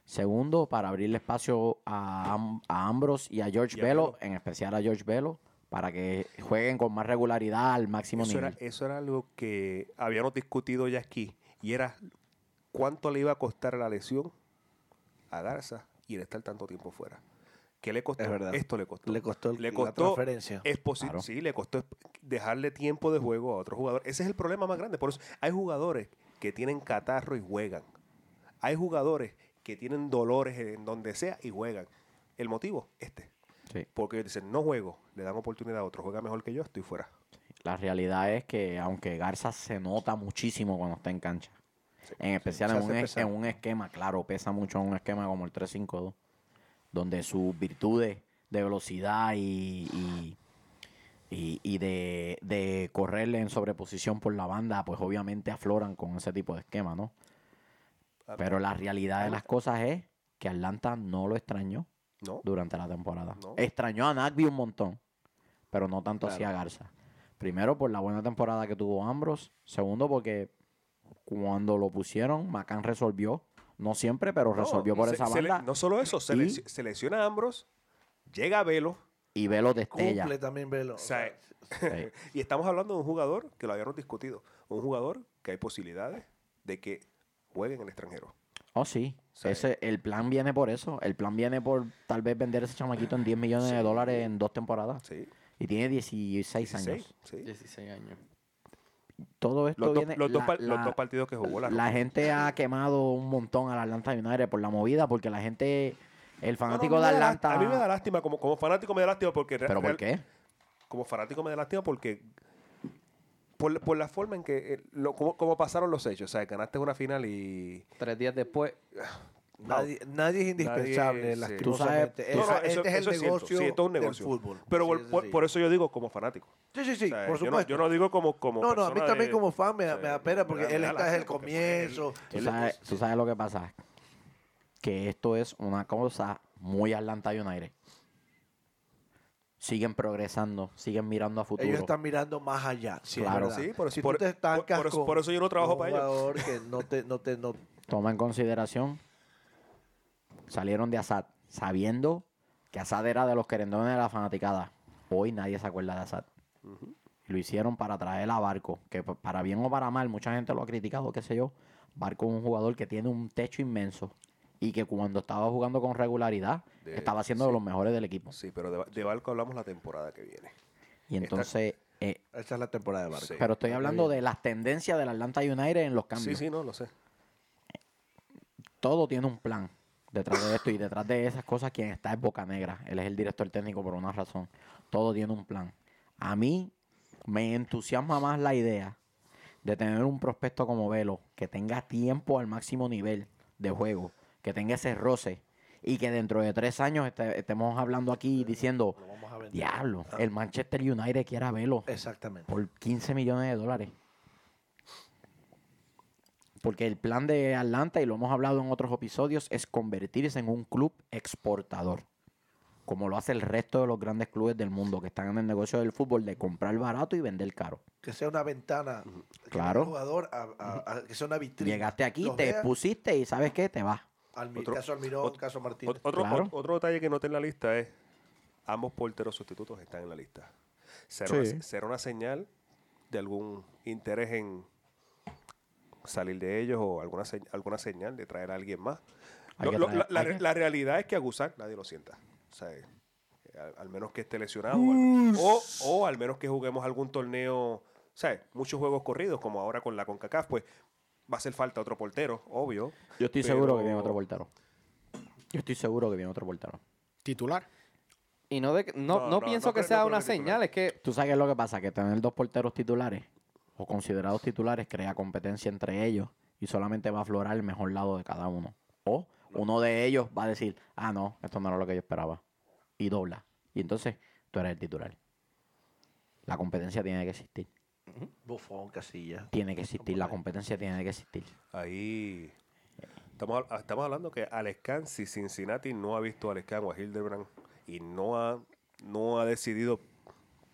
Segundo, para abrirle espacio a, Am- a Ambrose y a George
Y a
Velo,
Velo.
en especial a George Velo, para que jueguen con más regularidad al máximo
Eso
nivel.
era, eso era algo que habíamos discutido ya aquí. Y era cuánto le iba a costar la lesión a Garza y el estar tanto tiempo fuera. ¿Qué le costó?
Es verdad.
Esto le costó.
Le costó el-
le
la
costó
transferencia.
Es posi-
Claro.
Sí, le costó esp- dejarle tiempo de juego a otro jugador. Ese es el problema más grande. Por eso hay jugadores que tienen catarro y juegan. Hay jugadores que tienen dolores en donde sea y juegan. El motivo, este.
Sí.
Porque ellos dicen, no juego, le dan oportunidad a otro, juega mejor que yo, estoy fuera.
La realidad es que aunque Garza se nota muchísimo cuando está en cancha, en especial
se
en,
hace
un, es-
pesar.
en un esquema, claro, pesa mucho en un esquema como el 3-5-2, donde sus virtudes de velocidad y, y, y- y de, de correrle en sobreposición por la banda, pues obviamente afloran con ese tipo de esquema, ¿no?
Claro.
Pero la realidad de las cosas es que Atlanta no lo extrañó
No,
durante la temporada.
No.
Extrañó a Nagby un montón, pero no tanto así a
Claro.
Garza. Primero, por la buena temporada que tuvo Ambros. Segundo, porque cuando lo pusieron, Macán resolvió. No siempre, pero resolvió
No,
por
se-
esa
se le-
banda.
no solo eso, se,
Y-
lesi- se lesiona a Ambros, llega a Velo,
Y Velo destella.
Cumple también, Velo. O sea,
sea,
Sí.
y estamos hablando de un jugador que lo habíamos discutido, un jugador que hay posibilidades de que juegue en el extranjero.
Oh, sí.
*laughs* Sí.
Ese, el plan viene por eso. El plan viene por tal vez vender ese chamaquito en 10 millones de dólares en dos temporadas.
Sí,
Y tiene 16,
16,
años.
sí.
16 años.
Todo esto
Los, dos-
viene...
los dos
la-
par- los
la-
dos partidos que jugó la,
la gente ha quemado un montón al Atlanta United por la movida, porque la gente, el
No, no,
fanático
a mí
de
me da lás-
Atlanta.
A mí me da lástima, como, como fanático me da lástima porque... re-
¿Pero por
real-
qué?
Como fanático me da lástima porque... Por, por la forma en que... eh, lo- como, como pasaron los hechos, o sea, ganaste una final y...
Tres días después,
nadie, nadie es indispensable,
Nadie- sí.
lastimosamente.
Tú sabes-
No, no,
Esa-
eso-
este es
eso
el
es cierto.
negocio,
Sí, esto es un
del
negocio.
fútbol.
Pero
Sí,
por,
eso
por-
sí.
por eso yo digo como fanático.
Sí, sí, sí,
O sea,
por
yo, no,
supuesto.
yo no digo como... como
No, no, a mí
persona
también
de-
como fan me, da-
sí,
me da pena porque
me da-
él
me da
está desde el
lástima porque
comienzo.
Tú
Él-
sabes, tú sabes lo que pasa. Que esto es una cosa muy Atlanta United. Siguen progresando, siguen mirando a futuro.
ellos están mirando más allá. Sí, es
Claro.
verdad.
Sí, por eso-
si
por-
tú te estancas
por- por-
con
por eso yo no trabajo
un
para ellos.
jugador que no te, no te,
*laughs*
no,
Toma en consideración. Salieron de Assad sabiendo que Assad era de los querendones de la fanaticada. Hoy nadie se acuerda de Assad. Lo hicieron para traer a Barco, que pa- para bien o para mal, mucha gente lo ha criticado, qué sé yo. Barco es un jugador que tiene un techo inmenso y que cuando estaba jugando con regularidad
De-
estaba siendo de los mejores del equipo.
Sí, pero de, de Barco hablamos la temporada que viene.
Y entonces, eh,
Esa es la temporada de Barco.
Sí.
pero estoy hablando de las tendencias del Atlanta United en los cambios.
Sí, sí, no, lo sé.
todo tiene un plan detrás de esto y detrás de esas cosas quien está es Boca Negra. Él es el director técnico por una razón. Todo tiene un plan. A mí me entusiasma más la idea de tener un prospecto como Velo que tenga tiempo al máximo nivel de juego, que tenga ese roce y que dentro de tres años este- estemos hablando aquí diciendo,
Lo vamos a vender.
diablo, el Manchester United quiere a Velo
Exactamente.
por 15 millones de dólares. Porque el plan de Atlanta, y lo hemos hablado en otros episodios, es convertirse en un club exportador. Como lo hace el resto de los grandes clubes del mundo que están en el negocio del fútbol de comprar barato y vender caro.
Que sea una ventana. que
Claro.
un jugador, a- a- a- que sea una vitrina.
Llegaste aquí,
Los
te
vea,
expusiste y ¿sabes qué? Te vas.
Almi-
Otro-
caso Almirón,
otro-
caso Martínez.
Ot- Otro,
Claro.
ot- otro detalle que noté en la lista es ambos porteros sustitutos están en la lista. ¿Será, una-
Sí.
será una señal de algún interés en salir de ellos o alguna, se- alguna señal de traer a alguien más?
Hay
Lo-
que
lo-
traer-
la,
hay
la-
que-
la realidad es que a Gusak nadie lo sienta. O sea, eh, al, al menos que esté lesionado o, al, o- o al menos que juguemos algún torneo, ¿sabes? Muchos juegos corridos, como ahora con la CONCACAF, pues va a hacer falta otro portero, obvio.
Yo estoy seguro que
pero-
viene otro portero. Yo estoy seguro que viene otro portero.
Titular.
y no, de, no,
No,
no,
no,
pienso
no
que
creo-
sea
no creo
una
que titular.
señal, es que
Tú sabes qué es lo que pasa, que tener dos porteros titulares o considerados titulares crea competencia entre ellos y solamente va a aflorar el mejor lado de cada uno. O uno de ellos va a decir, ah, no, esto no era lo que yo esperaba. Y dobla. Y entonces tú eres el titular. La competencia tiene que existir.
Bufón, Casilla.
Tiene que existir. La competencia tiene que existir.
Ahí. Estamos, hab- estamos hablando que Alex Kahn, si Cincinnati no ha visto a Alex Kahn o a Hildebrand y no ha, no ha decidido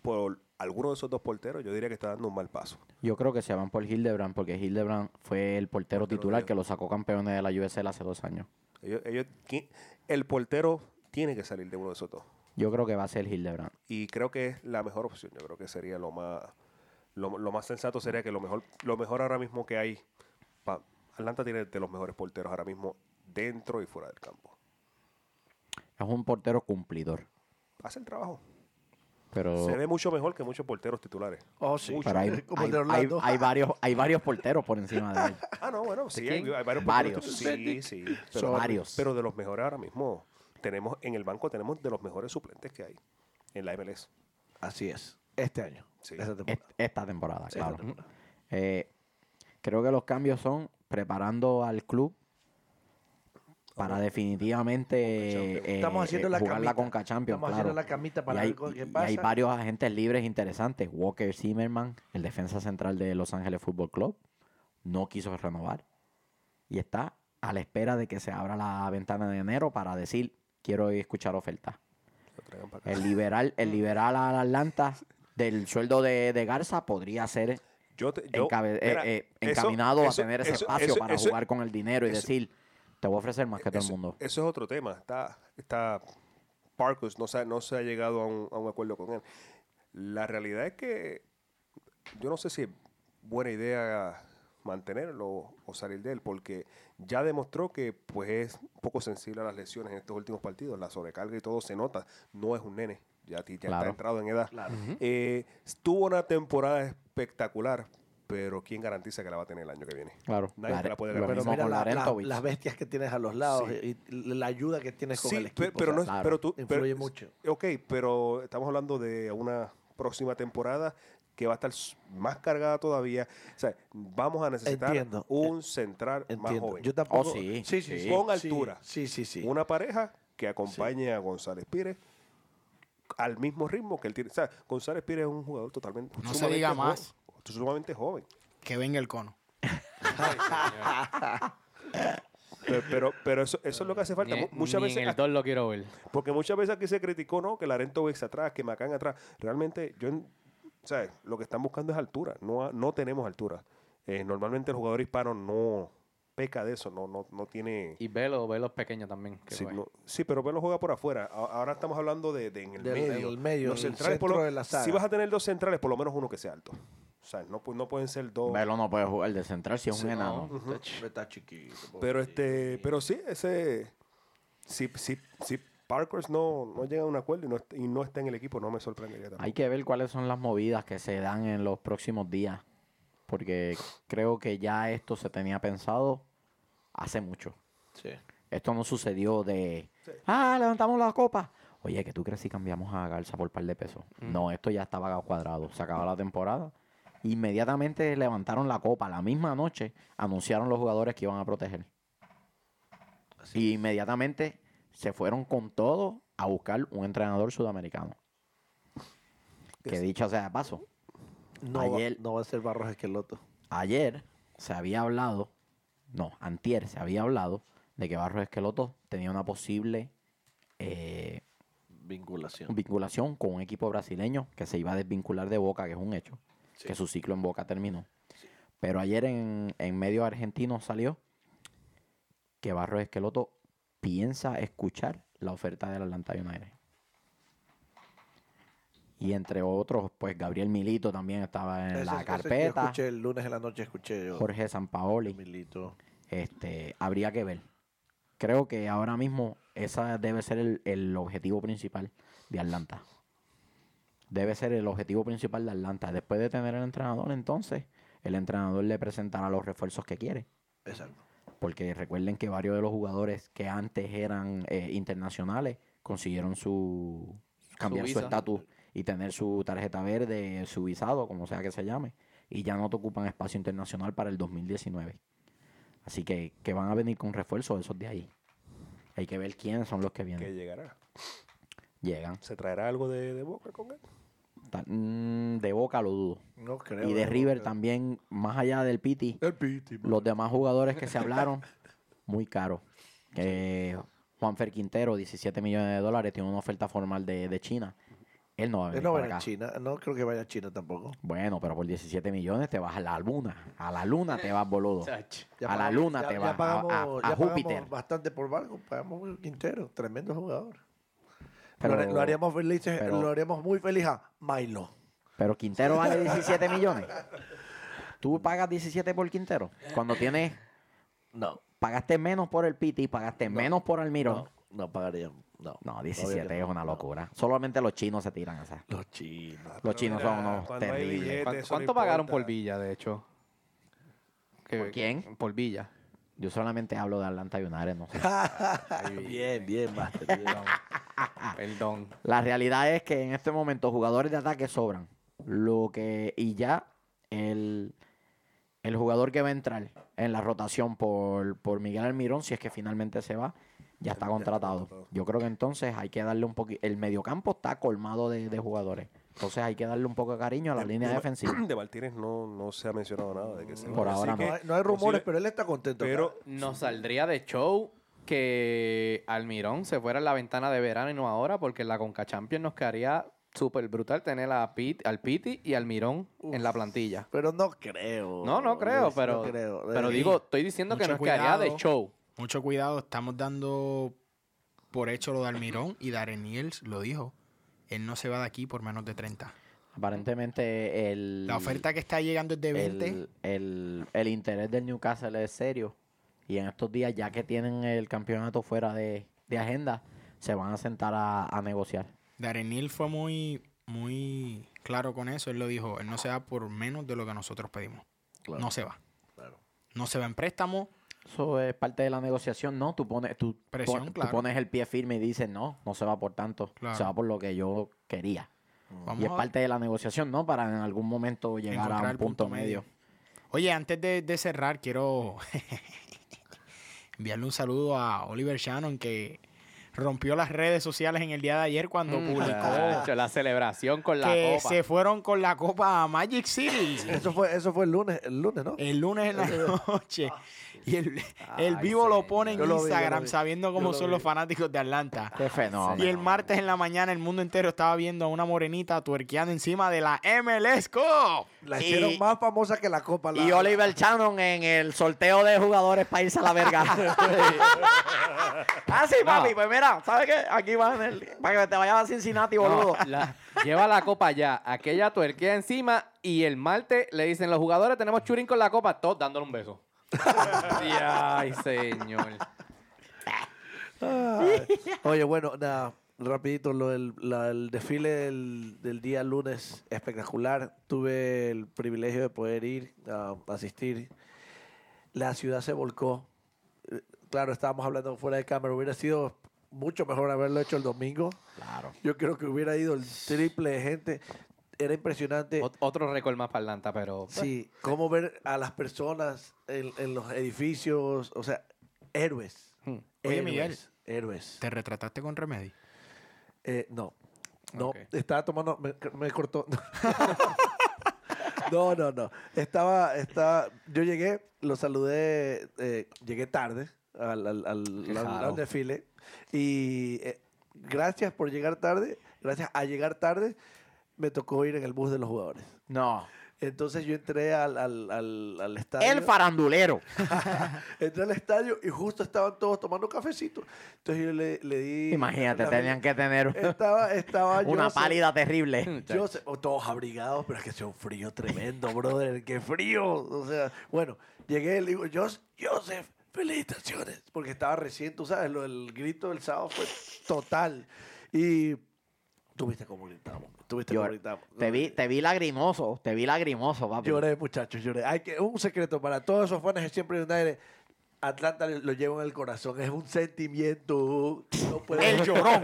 por alguno de esos dos porteros, yo diría que está dando un mal paso.
Yo creo que se van por Hildebrand porque Hildebrand fue el portero
Portero
titular
de-
que lo sacó campeón de la USL hace dos años.
Ellos- ellos- qui- el portero tiene que salir de uno de esos dos.
Yo creo que va a ser Hildebrand.
Y creo que es la mejor opción. Yo creo que sería lo más lo, lo más sensato sería que lo mejor lo mejor ahora mismo que hay pa- Atlanta tiene de los mejores porteros ahora mismo dentro y fuera del campo.
Es un portero cumplidor.
Hace el trabajo.
Pero,
Se ve mucho mejor que muchos porteros titulares.
Oh, sí. *laughs*
pero hay,
Como
hay-
el de
hay-
Orlando.
hay varios,
*laughs*
hay varios porteros por encima de él.
Ah, no, bueno, sí, hay,
quién?
hay varios.
Varios.
porteros titulares. Sí, sí.
Pero varios.
Pero de los mejores ahora mismo, tenemos en el banco tenemos de los mejores suplentes que hay en la MLS.
Así es. Este año.
Sí.
Esta
Este,
Es-
temporada.
esta temporada,
Sí,
claro.
esta temporada.
Eh, creo que los cambios son preparando al club para definitivamente eh,
Estamos
eh,
haciendo la
jugar la
camita.
Conca Champions.
Estamos
claro.
haciendo la camita para
y hay,
ver con qué
y
pasa.
hay varios agentes libres interesantes. Walker Zimmerman, el defensa central de Los Ángeles Fútbol Club, no quiso renovar. Y está a la espera de que se abra la ventana de enero para decir, quiero escuchar ofertas.
Lo traigan para acá.
El liberal, el liberal al Atlanta del sueldo de, de Garza podría ser
Yo te- yo-
encabe- eh,
mira,
eh,
eso-
encaminado
eso-
a tener ese
eso-
espacio
eso-
para
eso-
jugar con el dinero y
eso-
decir, te voy a ofrecer más que todo el
eso-
mundo.
Eso es otro tema. Está, está Parkus, no se, ha- no se ha llegado a un, a un acuerdo con él. La realidad es que yo no sé si es buena idea mantenerlo o salir de él, porque ya demostró que pues es un poco sensible a las lesiones en estos últimos partidos. La sobrecarga y todo se nota. No es un nene. Ya, ti- ya
Claro.
está entrado en edad. Eh, tuvo una temporada espectacular, pero ¿quién garantiza que la va a tener el año que viene?
Claro.
Nadie te la puede ganar.
Lo
Pero
mismo
mira
con
la- la-
Larentovich.
las bestias que tienes a los lados
Sí.
y, y la ayuda que tienes con
Sí,
el
pe-
equipo.
pero,
o
no,
sea,
claro,
pero tú... pero-
influye mucho.
Ok, pero estamos hablando de una próxima temporada que va a estar s- más cargada todavía. O sea, vamos a necesitar
Entiendo.
un central más
Entiendo.
joven.
Yo tampoco.
Oh, sí,
Sí, sí,
sí.
sí.
Con
Sí,
altura.
Sí, sí, sí.
Una pareja que acompañe a González Pires al mismo ritmo que él tiene. O sea, González Pires es un jugador totalmente...
No se
sumamente
diga
joven,
más.
Sumamente joven.
Que venga el cono.
Pero, pero, pero eso, eso es lo que hace falta.
Ni-
Mu- Muchas
ni
veces...
en el 2 lo quiero ver.
Porque muchas veces aquí se criticó, ¿no? Que Larento es atrás, que Macán atrás. Realmente, yo, en- ¿sabes? Lo que están buscando es altura. No, ha- no tenemos altura. Eh, normalmente el jugador hispano no peca de eso, no, no, no tiene.
Y Velo, Velo pequeño también. que
Sí,
juega.
no- sí, pero Velo juega por afuera. A- Ahora estamos hablando de, de en el
Del-
medio.
del medio,
Los
del
centrales, por lo-
centro de la saga.
si vas a tener dos centrales, por lo menos uno que sea alto. O sea, no, pu- no pueden ser dos.
Velo no puede jugar de central si es un enano.
No, touch.
Está chiquito. pobre.
Pero este, pero sí, ese si, si, si Parkers no, no llega a un acuerdo y no, est- y no está en el equipo, no me sorprendería tampoco.
Hay que ver cuáles son las movidas que se dan en los próximos días. Porque creo que ya esto se tenía pensado hace mucho.
Sí.
Esto no sucedió de, ah, levantamos la copa. Oye, que tú crees si cambiamos a Garza por par de pesos. No, esto ya estaba cuadrado. Se acaba la temporada. Inmediatamente levantaron la copa. La misma noche anunciaron los jugadores que iban a proteger. Y inmediatamente se fueron con todo a buscar un entrenador sudamericano. Que dicho sea de paso,
No, va-
Ayer-
no va a ser Barros Esqueloto.
ayer se había hablado, no, antier se había hablado de que Barros Esqueloto tenía una posible eh,
Vinculación.
vinculación con un equipo brasileño que se iba a desvincular de Boca, que es un hecho, que su ciclo en Boca terminó. Pero ayer en, en medio argentino salió que Barros Esqueloto piensa escuchar la oferta del Atlanta United. Y entre otros, pues Gabriel Milito también estaba en
Ese- ese
la
que Yo
carpeta.
escuché el lunes en la noche, escuché yo.
Jorge Sampaoli
Milito.
este, habría que ver. Creo que ahora mismo esa debe ser el, el objetivo principal de Atlanta. Debe ser el objetivo principal de Atlanta. Después de tener el entrenador, entonces, el entrenador le presentará los refuerzos que quiere.
Exacto.
Porque recuerden que varios de los jugadores que antes eran eh, internacionales consiguieron su. cambiar su
visa.
estatus y tener su tarjeta verde, su visado, como sea que se llame. Y ya no te ocupan espacio internacional para el 2019. Así que, que van a venir con refuerzos esos de ahí. Hay que ver quiénes son los que
que
vienen.
llegará.
Llegan.
¿Se traerá algo de, de Boca con él?
Ta- mm, De boca lo dudo.
No creo.
Y de River también, más allá del Piti.
El Piti. man.
Los demás jugadores que se hablaron, muy caro. Eh, Juanfer Quintero, 17 millones de dólares, tiene una oferta formal de, de China. Él no va a
Él
venir
no
para
va a
acá.
China. No creo que vaya a China tampoco.
Bueno, pero por 17 millones te vas a la luna. A la luna te vas, boludo.
Touch.
A la luna
ya-
te
ya
vas, a-
pagamos-
a- a
ya pagamos
Júpiter.
bastante por Vargas. Pagamos por Quintero. Tremendo jugador.
Pero-
lo, haré- lo haríamos felices,
pero-
lo haríamos muy feliz a Milo.
Pero Quintero vale
*laughs*
17 millones. Tú pagas 17 por Quintero. Cuando tienes,
No,
pagaste menos por el Piti, pagaste menos por Almirón.
no, no pagaríamos. No.
No,
todavía
17
que
es
no.
una locura. Solamente los chinos se tiran esas.
Los chinos.
Los chinos son unos terribles.
¿Cuán- ¿Cuánto, pagaron por Villa, de hecho? Que-
¿Por quién?
Por Villa.
Yo solamente hablo de Atlanta United, no sé. *laughs*
Bien, bien, Master. bien.
Ah.
Perdón.
La realidad es que en este momento jugadores de ataque sobran. Lo que. Y ya el, el jugador que va a entrar en la rotación por, por Miguel Almirón, si es que finalmente se va, ya está contratado. Yo creo que entonces hay que darle un poquito. El mediocampo está colmado de, de jugadores. Entonces hay que darle un poco de cariño a la línea defensiva. *clears throat*
*clears throat* De Martínez no, no se ha mencionado nada de que se
Por
vaya,
ahora
así
No
que
hay, no hay rumores,
posible-
pero él está contento.
pero
Nos saldría de show que Almirón se fuera en la ventana de verano y no ahora, porque en la Conca Champions nos quedaría súper brutal tener a Pit, al Piti y Almirón en la plantilla.
Pero no creo.
No, no creo,
Luis,
pero,
no creo.
pero
Eh,
digo, estoy diciendo que
mucho
nos quedaría de
cuidado.
show.
Mucho cuidado, estamos dando por hecho lo de Almirón y Darren Niels lo dijo. Él no se va de aquí por menos de 30.
Aparentemente el.
La oferta que está llegando es de 20.
el, el- el interés del Newcastle es serio. Y en estos días, ya que tienen el campeonato fuera de, de agenda, se van a sentar a, a negociar.
Darren Niels fue muy, muy claro con eso. Él lo dijo, él no se va por menos de lo que nosotros pedimos.
Claro,
No se va.
claro.
No se va en préstamo.
Eso es parte de la negociación, ¿no? Tú pones, tú, pon-
Presión,
tú
claro.
pones el pie firme y dices, no, no se va por tanto.
Claro.
Se va por lo que yo quería.
Vamos
y es
a-
parte de la negociación, ¿no? Para en algún momento llegar a
encontrar
un
el
punto, medio.
Oye, antes de, de cerrar, quiero *laughs* enviarle un saludo a Oliver Shannon que rompió las redes sociales en el día de ayer cuando
Mm,
publicó
Muchacho, la celebración con la
que
copa.
se fueron con la copa a Magic City.
Eso fue, eso fue el lunes, el lunes,
Eh,
¿no?
El lunes en la noche. Y el, el
Ay,
vivo lo pone en
señor. Yo lo vi, yo lo
Instagram
vi.
sabiendo cómo
Yo lo
son
vi.
los fanáticos de Atlanta.
Qué fenómeno.
Ah, Y el martes en la mañana el mundo entero estaba viendo a una morenita tuerqueando encima de la MLS Cup.
La
Y-
hicieron más famosa que la Copa. la-
Y Oliver Shannon en el sorteo de jugadores para irse a la
*laughs*
verga. *laughs* ah, sí, papi. Pues mira, ¿sabes qué? Aquí va en el... Para que te vayas a Cincinnati, boludo.
No, la- lleva la copa allá, aquella tuerquea encima y el martes le dicen los jugadores tenemos churín con la copa, todos dándole un beso. Y, Ay, señor.
Ay. Oye, bueno, nada, rapidito, lo del- la- el desfile del, del día lunes, espectacular. Tuve el privilegio de poder ir a asistir. La ciudad se volcó. Eh, Claro, estábamos hablando fuera de cámara. Hubiera sido mucho mejor haberlo hecho el domingo.
Claro.
Yo creo que hubiera ido el triple de gente. Era impresionante.
Ot- otro récord más para Atlanta, pero pues,
Sí, cómo ver a las personas en, en los edificios, o sea, héroes.
Hmm.
Oye,
héroes,
Miguel.
Héroes.
¿Te retrataste con Remedy?
Eh, no, no,
Ok.
estaba tomando, me, me cortó. *laughs* no, no, no. Estaba, estaba, yo llegué, lo saludé, eh, llegué tarde al, al- al-
Qué
al-
raro.
al desfile y eh, gracias por llegar tarde, gracias a llegar tarde, me tocó ir en el bus de los jugadores.
No.
Entonces yo entré al, al, al, al estadio.
El farandulero.
Entré al estadio y justo estaban todos tomando cafecito. Entonces yo le, le di.
Imagínate,
la-
tenían que tener
Estaba, estaba
*laughs* una
Joseph-
pálida terrible.
Joseph- oh, todos abrigados, pero es que hacía un frío tremendo, brother. ¡Qué frío! O sea, bueno, llegué y le digo, Joseph, Joseph, felicitaciones. Porque estaba recién, tú sabes, lo, el grito del sábado fue total. Y tuviste como gritamos. Tuviste
Yo-
cómo gritamos.
Te vi, te vi lagrimoso, te vi lagrimoso, papi.
Lloré, muchachos, lloré. Hay que, un secreto para todos esos fans de siempre United. Atlanta le- lo lleva en el corazón. Es un sentimiento. No puede- *laughs*
El llorón.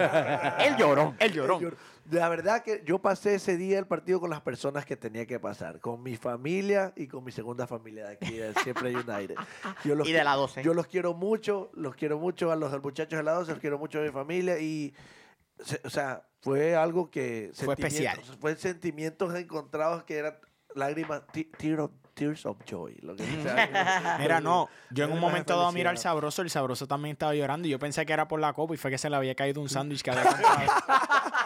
El llorón. El
El llor- La verdad que yo pasé ese día el partido con las personas que tenía que pasar. Con mi familia y con mi segunda familia de aquí, de siempre United. Yo
*laughs*
los
Y de
qui-
la 12.
Yo los quiero mucho. Los quiero mucho a los muchachos de la 12. Los quiero mucho a mi familia. Y, se- o sea, fue algo que...
Fue
sentimientos-
especial.
Fue sentimientos encontrados que eran lágrimas, ti- tear of- tears of joy.
*laughs*
Lo que o sea,
Mira, no. Yo
lágrimas
en
de
un momento dado miro al
felicidad.
sabroso, el sabroso también estaba llorando y yo pensé que era por la copa y fue que se le había caído un sándwich que había comprado.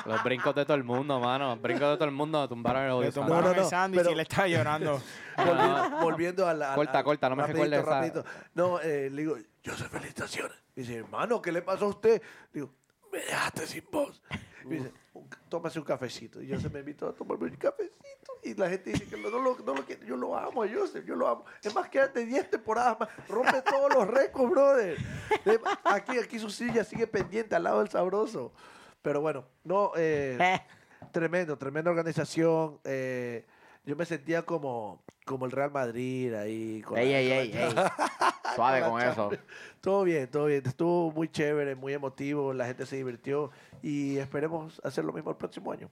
los brincos de todo el mundo, mano. Los brincos de todo el mundo tumbaron el
Le
odio.
tomaron
no, no,
el sándwich
pero-
y le estaba llorando.
Volviendo, volviendo a la. a-
Ah. Corta,
a-
corta, no me
rapidito,
recuerdes esa-
rapidito. No, eh, le digo, yo sé felicitaciones. Me dice, hermano, ¿qué le pasó a usted? Digo, me dejaste sin voz. Me dice, un- tómase un cafecito. Y Joseph me invitó a tomarme un cafecito. Y la gente dice que no, no lo, no lo quiere. Yo lo amo a Joseph, yo lo amo. Es más, quédate 10 temporadas más. Rompe todos los récords, brother. De- Aquí, aquí su silla sigue pendiente al lado del sabroso. Pero bueno, no. eh, Tremendo, tremenda organización. eh, yo me sentía como, como el Real Madrid ahí. con la-
Ey, ey,
con la
ey, ey. Suave con
*laughs*
eso.
todo bien, todo bien. Estuvo muy chévere, muy emotivo, la gente se divirtió y esperemos hacer lo mismo el próximo año.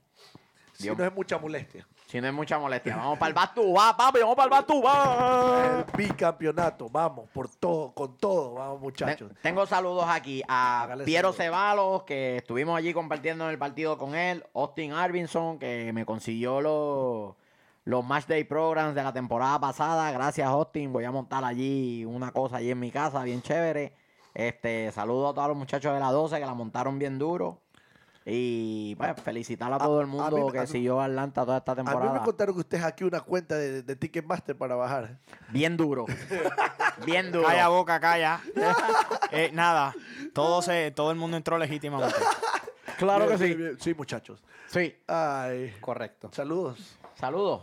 Si
Dios.
no es mucha molestia.
Si no hay mucha molestia. Vamos para el Batu, va, papi, vamos para el Batu, va.
El bicampeonato, vamos, por todo, con todo, vamos muchachos.
Ten- Tengo saludos aquí a
Hágale
Piero
saludo.
Ceballos, que estuvimos allí compartiendo en el partido con él. Austin Arbinson, que me consiguió los, los Match Day Programs de la temporada pasada. Gracias, Austin. Voy a montar allí una cosa allí en mi casa, bien chévere. Este, saludo a todos los muchachos de la 12 que la montaron bien duro. Y pues felicitar a todo el mundo
mí me-
que
a mí-
siguió a Atlanta toda esta
A mí me
temporada.
contaron que ustedes aquí una cuenta de, de Ticketmaster para bajar.
Bien
*laughs*
duro. bien duro.
Calla boca, calla. Eh, nada, todo, se, todo el mundo entró legítimamente.
Claro que
Bien,
sí.
bien, bien. Sí, muchachos.
Sí.
Ay,
Correcto.
saludos.
Saludos.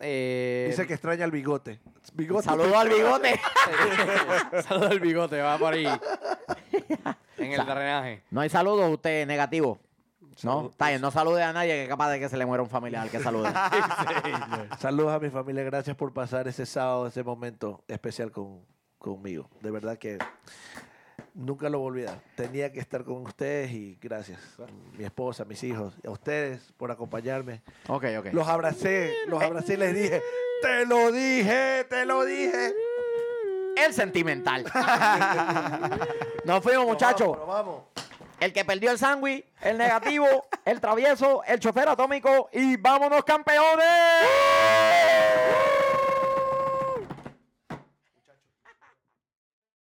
Eh,
Dice que extraña el bigote. Bigote.
Saludos al bigote.
*laughs* Saluda el bigote, va por ahí. en el drenaje.
No hay saludos, usted negativo. No, está bien, no salude a nadie que es capaz de que se le muera un familiar que salude.
Saludos a mi familia, gracias por pasar ese sábado, ese momento especial con- conmigo. De verdad que nunca lo voy a olvidar. Tenía que estar con ustedes y gracias. Mi esposa, mis hijos, a ustedes por acompañarme.
*laughs* ok, ok.
Los abracé, los abracé y les dije, te lo dije, te lo dije.
El sentimental. *laughs* Nos fuimos, muchachos.
Pero vamos.
El que perdió el sándwich, el negativo, el travieso, el chofer atómico y vámonos, campeones.